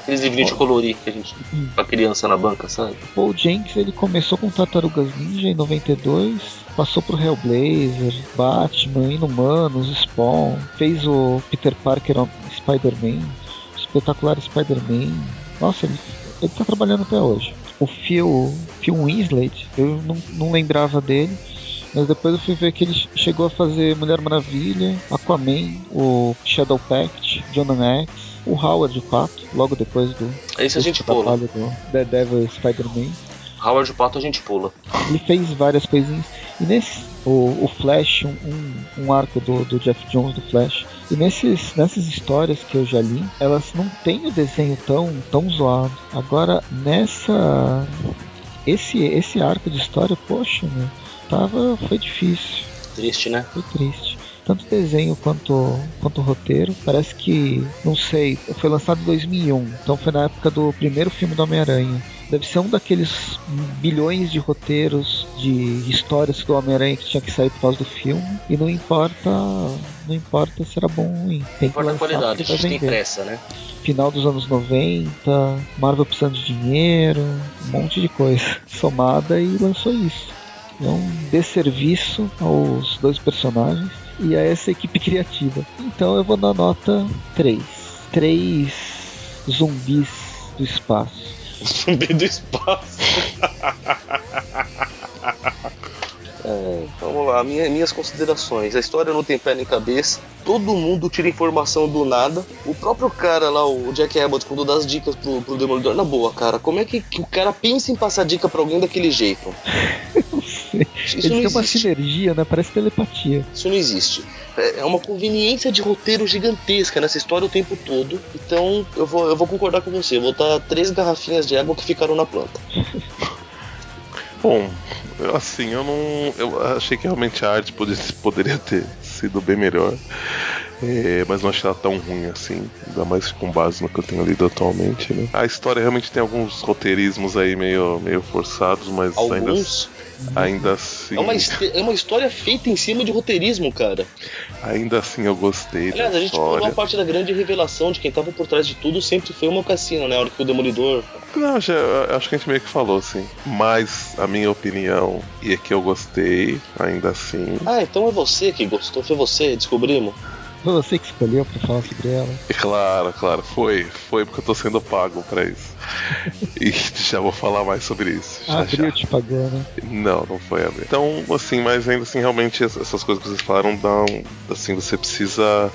S4: aqueles livrinhos de colorir que a gente. pra criança na banca, sabe?
S2: Paul Jenks ele começou com Tartarugas Ninja em 92, passou pro Hellblazer, Batman, Inumanos, Spawn, fez o Peter Parker o Spider-Man, o espetacular Spider-Man. Nossa, ele, ele tá trabalhando até hoje. O Phil, Phil Winslet, eu não, não lembrava dele. Mas depois eu fui ver que ele chegou a fazer Mulher Maravilha, Aquaman, o Shadow Pact, Jonah X, o Howard o Pato, logo depois do.
S4: Esse É a
S2: do
S4: gente pula.
S2: trabalho Do The Devil Spider-Man.
S4: Howard Pato a gente pula.
S2: Ele fez várias coisinhas. E nesse. O, o Flash, um, um- um arco do, do Jeff Jones do Flash. E nesses, nessas histórias que eu já li, elas não têm o desenho tão, tão zoado. Agora, nessa. Esse, esse arco de história, poxa, meu, tava, foi difícil.
S4: Triste, né?
S2: Foi triste. Tanto o desenho quanto, quanto o roteiro. Parece que, não sei, foi lançado em 2001. Então foi na época do primeiro filme do Homem-Aranha. Deve ser um daqueles bilhões de roteiros, de histórias do Homem-Aranha que tinha que sair por causa do filme. E não importa não importa se era bom ou ruim. Tem que
S4: Importa a
S2: lançar
S4: qualidade,
S2: porque
S4: a gente
S2: vai
S4: tem
S2: vender.
S4: pressa, né? <laughs>
S2: Final dos anos 90, Marvel precisando de dinheiro, um monte de coisa <laughs> somada e lançou isso. É um desserviço aos dois personagens e a essa equipe <laughs> criativa. Então eu vou dar nota 3. 3 zumbis do espaço. <laughs>
S4: Zumbi do espaço. <laughs> É, vamos lá, minha- minhas considerações. A história não tem pé nem cabeça. Todo mundo tira informação do nada. O próprio cara lá, o Jack Abbott, quando dá as dicas pro, pro Demolidor, na boa, cara, como é que, que o cara pensa em passar dica pra alguém daquele jeito?
S2: Não sei.
S4: Isso
S2: Eles
S4: não
S2: têm uma
S4: existe.
S2: sinergia, né? Parece telepatia.
S4: Isso não existe. É é uma conveniência de roteiro gigantesca nessa história o tempo todo. Então eu vou, eu vou concordar com você. Eu vou dar três garrafinhas de água que ficaram na planta.
S3: Bom, eu, assim, eu não. Eu achei que realmente a arte podia- poderia ter sido bem melhor. É, mas não achei ela tão ruim assim. Ainda mais com base no que eu tenho lido atualmente, né? A história realmente tem alguns roteirismos aí meio, meio forçados, mas ainda,
S4: Alguns.
S3: ainda assim.
S4: É uma, histe- é uma história feita em cima de roteirismo, cara.
S3: Ainda assim eu gostei
S4: Aliás,
S3: da
S4: a gente pulou a
S3: história.
S4: parte da grande revelação de quem tava por trás de tudo sempre foi uma cassina, né? A hora que o Demolidor.
S3: Não, já, acho que a gente meio que falou, assim. Mas a minha opinião, e é que eu gostei, ainda assim.
S4: Ah, então é você que gostou, foi você, descobrimos.
S2: Foi você que escolheu pra falar sobre ela.
S3: É Claro, claro, foi, foi porque eu tô sendo pago pra isso. e <laughs> já vou falar mais sobre isso. Já,
S2: A Abril
S3: já.
S2: te pagou, né?
S3: Não, não foi abril. Então, assim, mas ainda assim, realmente es- essas coisas que vocês falaram dão, assim, você precisa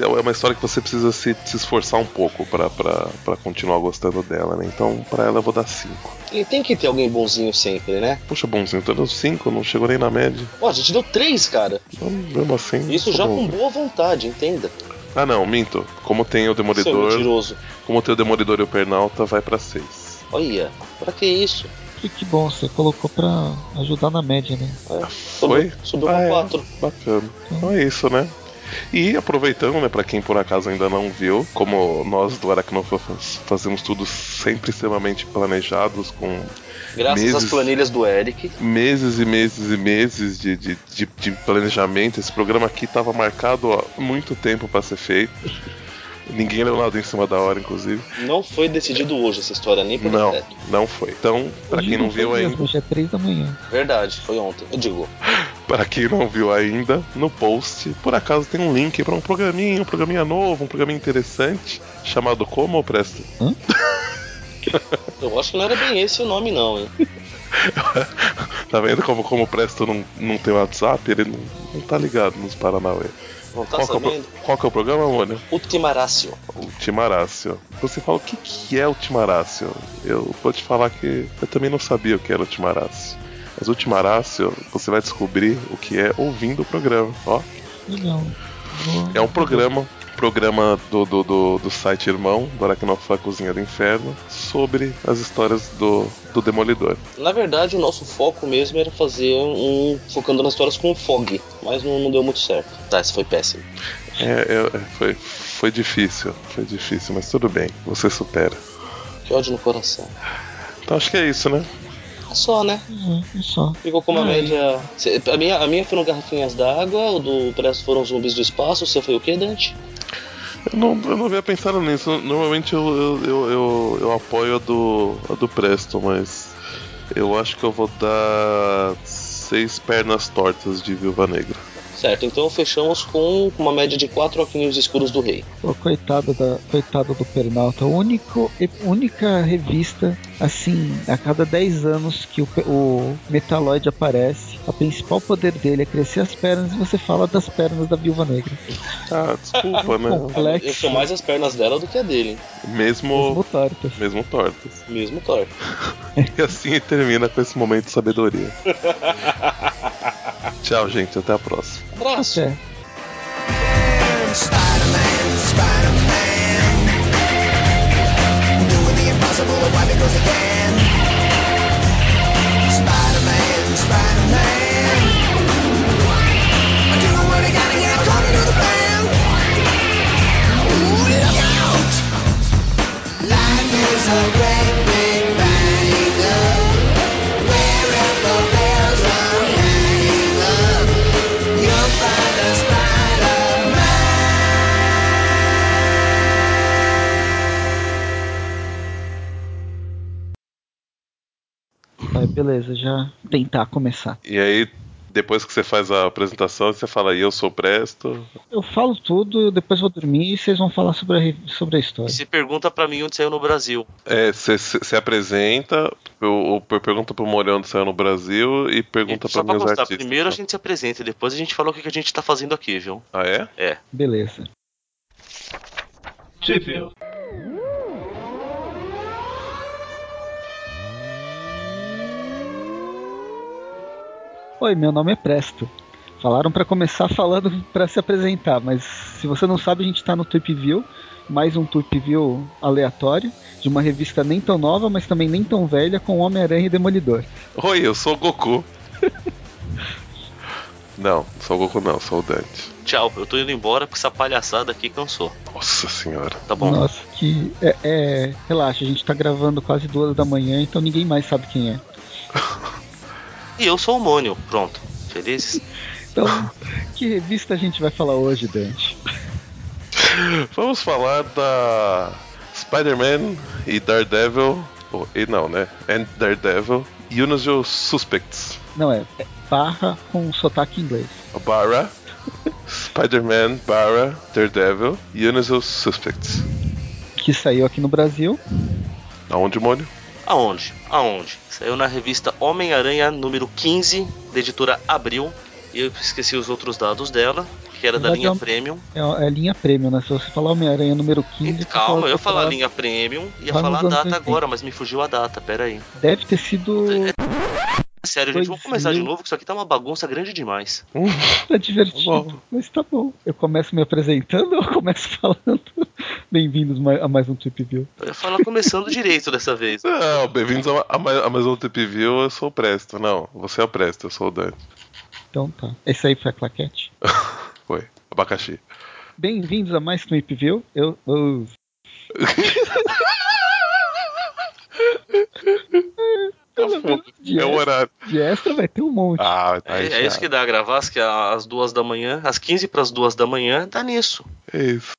S3: é uma história que você precisa se, se esforçar um pouco pra, pra, pra continuar gostando dela, né? Então, pra ela eu vou dar 5.
S4: E tem que ter alguém bonzinho sempre, né?
S3: Puxa, bonzinho, tô dando 5, não chegou nem na média.
S4: Ó, a gente deu três, cara.
S3: Então, mesmo assim.
S4: Isso
S3: tô
S4: já com
S3: bonzinho.
S4: boa vontade, entenda.
S3: Ah, não, minto. Como tem o
S4: Seu
S3: Demolidor,
S4: mentiroso.
S3: como tem o Demolidor e o Pernalta, vai pra 6.
S4: Olha, pra que isso?
S2: Que, que bom, você colocou pra ajudar na média, né?
S4: É,
S3: Foi?
S4: Subiu, subiu pra
S3: Ah, é.
S4: quatro.
S3: Bacana. Então é isso, né? E aproveitando, né, pra quem por acaso ainda não viu, como nós do Aracnofa faz- fazemos tudo sempre extremamente planejados, com
S4: Graças às
S3: Meses.
S4: planilhas do Eric.
S3: meses e meses e meses de, de, de, de planejamento, esse programa aqui estava marcado há muito tempo pra ser feito. Ninguém leu nada em cima da hora, inclusive.
S4: Não foi decidido hoje essa história, nem por
S3: Não,
S4: decreto.
S3: não foi. Então, pra
S2: Hoje
S3: quem não
S2: foi
S3: viu ainda,
S2: mesmo, Hoje é 3 da manhã.
S4: Verdade, foi ontem. Eu digo,
S3: Pra quem não viu ainda, no post, por acaso tem um link pra um programinha, um programinha novo, um programinha interessante, chamado Como Presto.
S4: eu acho que não era bem esse o nome, não, hein?
S3: Tá vendo como Como Presto não, não tem WhatsApp? Ele não, não tá ligado nos Paranauê.
S4: Não tá
S3: qual, que é o,
S4: sabendo?
S3: pro- qual que é o programa, Mônio?
S4: O Timarácio.
S3: O Timarácio. Você fala o que, que é o Timarácio? Eu vou te falar que eu também não sabia o que era o Timarácio. Mas o Timarácio, você vai descobrir o que é ouvindo o programa. Ó,
S2: Legal. Vou-
S3: É um programa, programa do, do, do, do site Irmão, do Aracnofã Cozinha do Inferno, sobre as histórias do, do Demolidor.
S4: Na verdade, o nosso foco mesmo era fazer um. focando nas histórias com o Fog, mas não, não deu muito certo. Tá, isso foi péssimo.
S3: É, é- é- foi, foi difícil, foi difícil, mas tudo bem, você supera.
S4: Que ódio no coração.
S3: Então acho que é isso, né?
S4: É só, né?
S2: É, é só.
S4: Ficou com uma
S2: Ah,
S4: média. Cê- A minha, a minha foram garrafinhas d'água, o do Presto foram zumbis do espaço, o seu foi o quê, Dante?
S3: Eu não, eu não havia pensado nisso, normalmente eu, eu, eu, eu, eu apoio a do, a do Presto, mas eu acho que eu vou dar seis pernas tortas de Viúva Negra.
S4: Certo, então fechamos com uma média de quatro Alquimios Escuros do Rei.
S2: Pô, coitada, da, coitada do Pernalta. Único, única revista, assim, a cada 10 anos que o, o Metaloid aparece, o principal poder dele é crescer as pernas e você fala das pernas da Viúva Negra.
S3: Ah, desculpa, né?
S2: Complexo.
S4: Eu sou mais as pernas dela do que a dele.
S3: Mesmo,
S2: Mesmo tortas.
S3: mesmo tortas.
S4: Mesmo torto.
S3: <laughs> E assim termina com esse momento de sabedoria. Tchau, gente. Até a próxima.
S4: Abraço.
S2: Até.
S1: Spider-Man, Spider-Man Doing the impossible, why it goes again Spider-Man, Spider-Man Doing what he gotta get according to the plan Ooh, look out! Life is a great big bang up Wherever there's a hang up You'll find a Spider-Man
S2: Aí, beleza, já tentar começar.
S3: E aí, depois que você faz a apresentação, você fala, e eu sou presto.
S2: Eu falo tudo, depois vou dormir e vocês vão falar sobre a, re- sobre a história.
S4: Se pergunta pra mim onde saiu no Brasil.
S3: É, você se apresenta, eu, eu pergunto pro Morão onde saiu no Brasil e pergunta pra
S4: Só pra
S3: mim os
S4: constar,
S3: artistas. então.
S4: primeiro a gente se apresenta e depois a gente fala o que que a gente tá fazendo aqui, viu?
S3: Ah, é?
S4: É.
S2: Beleza. Oi, meu nome é Presto. Falaram pra começar falando <laughs> pra se apresentar, mas se você não sabe, a gente tá no Tweep View, mais um Tweep View aleatório, de uma revista nem tão nova, mas também nem tão velha, com Homem-Aranha e Demolidor.
S3: Oi, eu sou o
S4: <laughs>
S3: Goku. não, não sou o Goku não, sou o Dante.
S4: Tchau, eu tô indo embora porque essa palhaçada aqui cansou.
S3: Nossa senhora.
S4: Tá bom?
S2: Nossa, que. É, é, Relaxa, a gente tá gravando quase duas da manhã, então ninguém mais sabe quem é.
S4: E eu sou o Mônio. Pronto. Felizes?
S2: Então, <laughs> que revista a gente vai falar hoje, Dante?
S3: Vamos falar da Spider-Man e Daredevil. Oh, e não, né? And Daredevil. E Unusual Suspects.
S2: Não é, é barra com sotaque inglês.
S3: Barra. Spider-Man, Barra, Daredevil e Unusual Suspects.
S2: Que saiu aqui no Brasil.
S3: Aonde, Mônio?
S4: Aonde? Aonde? Saiu na revista Homem-Aranha número 15, da editora Abril. E eu esqueci os outros dados dela, que era da
S2: Verdade, é
S4: linha
S2: um-
S4: Premium.
S2: É, é linha premium, né? Se você falar Homem-Aranha número 15.
S4: E, calma, eu ia
S2: você fala-
S4: falar linha Premium, ia
S2: Lá
S4: falar a
S2: nos anos 80.
S4: data agora, mas me fugiu a data, pera aí.
S2: Deve ter sido.
S4: É, Sério, gente, vamos começar de
S2: 2000.
S4: novo, que isso aqui tá uma bagunça grande demais.
S2: Tá divertido,
S3: Tá bom.
S2: mas tá bom. Eu começo me apresentando ou <laughs> eu começo falando? Bem-vindos ma- a mais um Trip View.
S4: Eu ia falar começando <laughs> direito dessa vez.
S3: Não, bem-vindos a, a, mais- a mais um Tip View, eu sou o Presto. Não, você é o Presto, eu sou o Dante.
S2: Então tá. Esse aí foi a claquete.
S3: Foi. Abacaxi.
S2: Bem-vindos a mais um Trip View. Eu. eu- Pelo menos de,
S3: É o
S2: extra,
S3: horário.
S2: de extra vai ter um monte.
S3: Ah, tá
S4: É, é isso que dá gravar, as- que às duas da manhã, às 15 pras duas da manhã, tá nisso.
S3: É isso.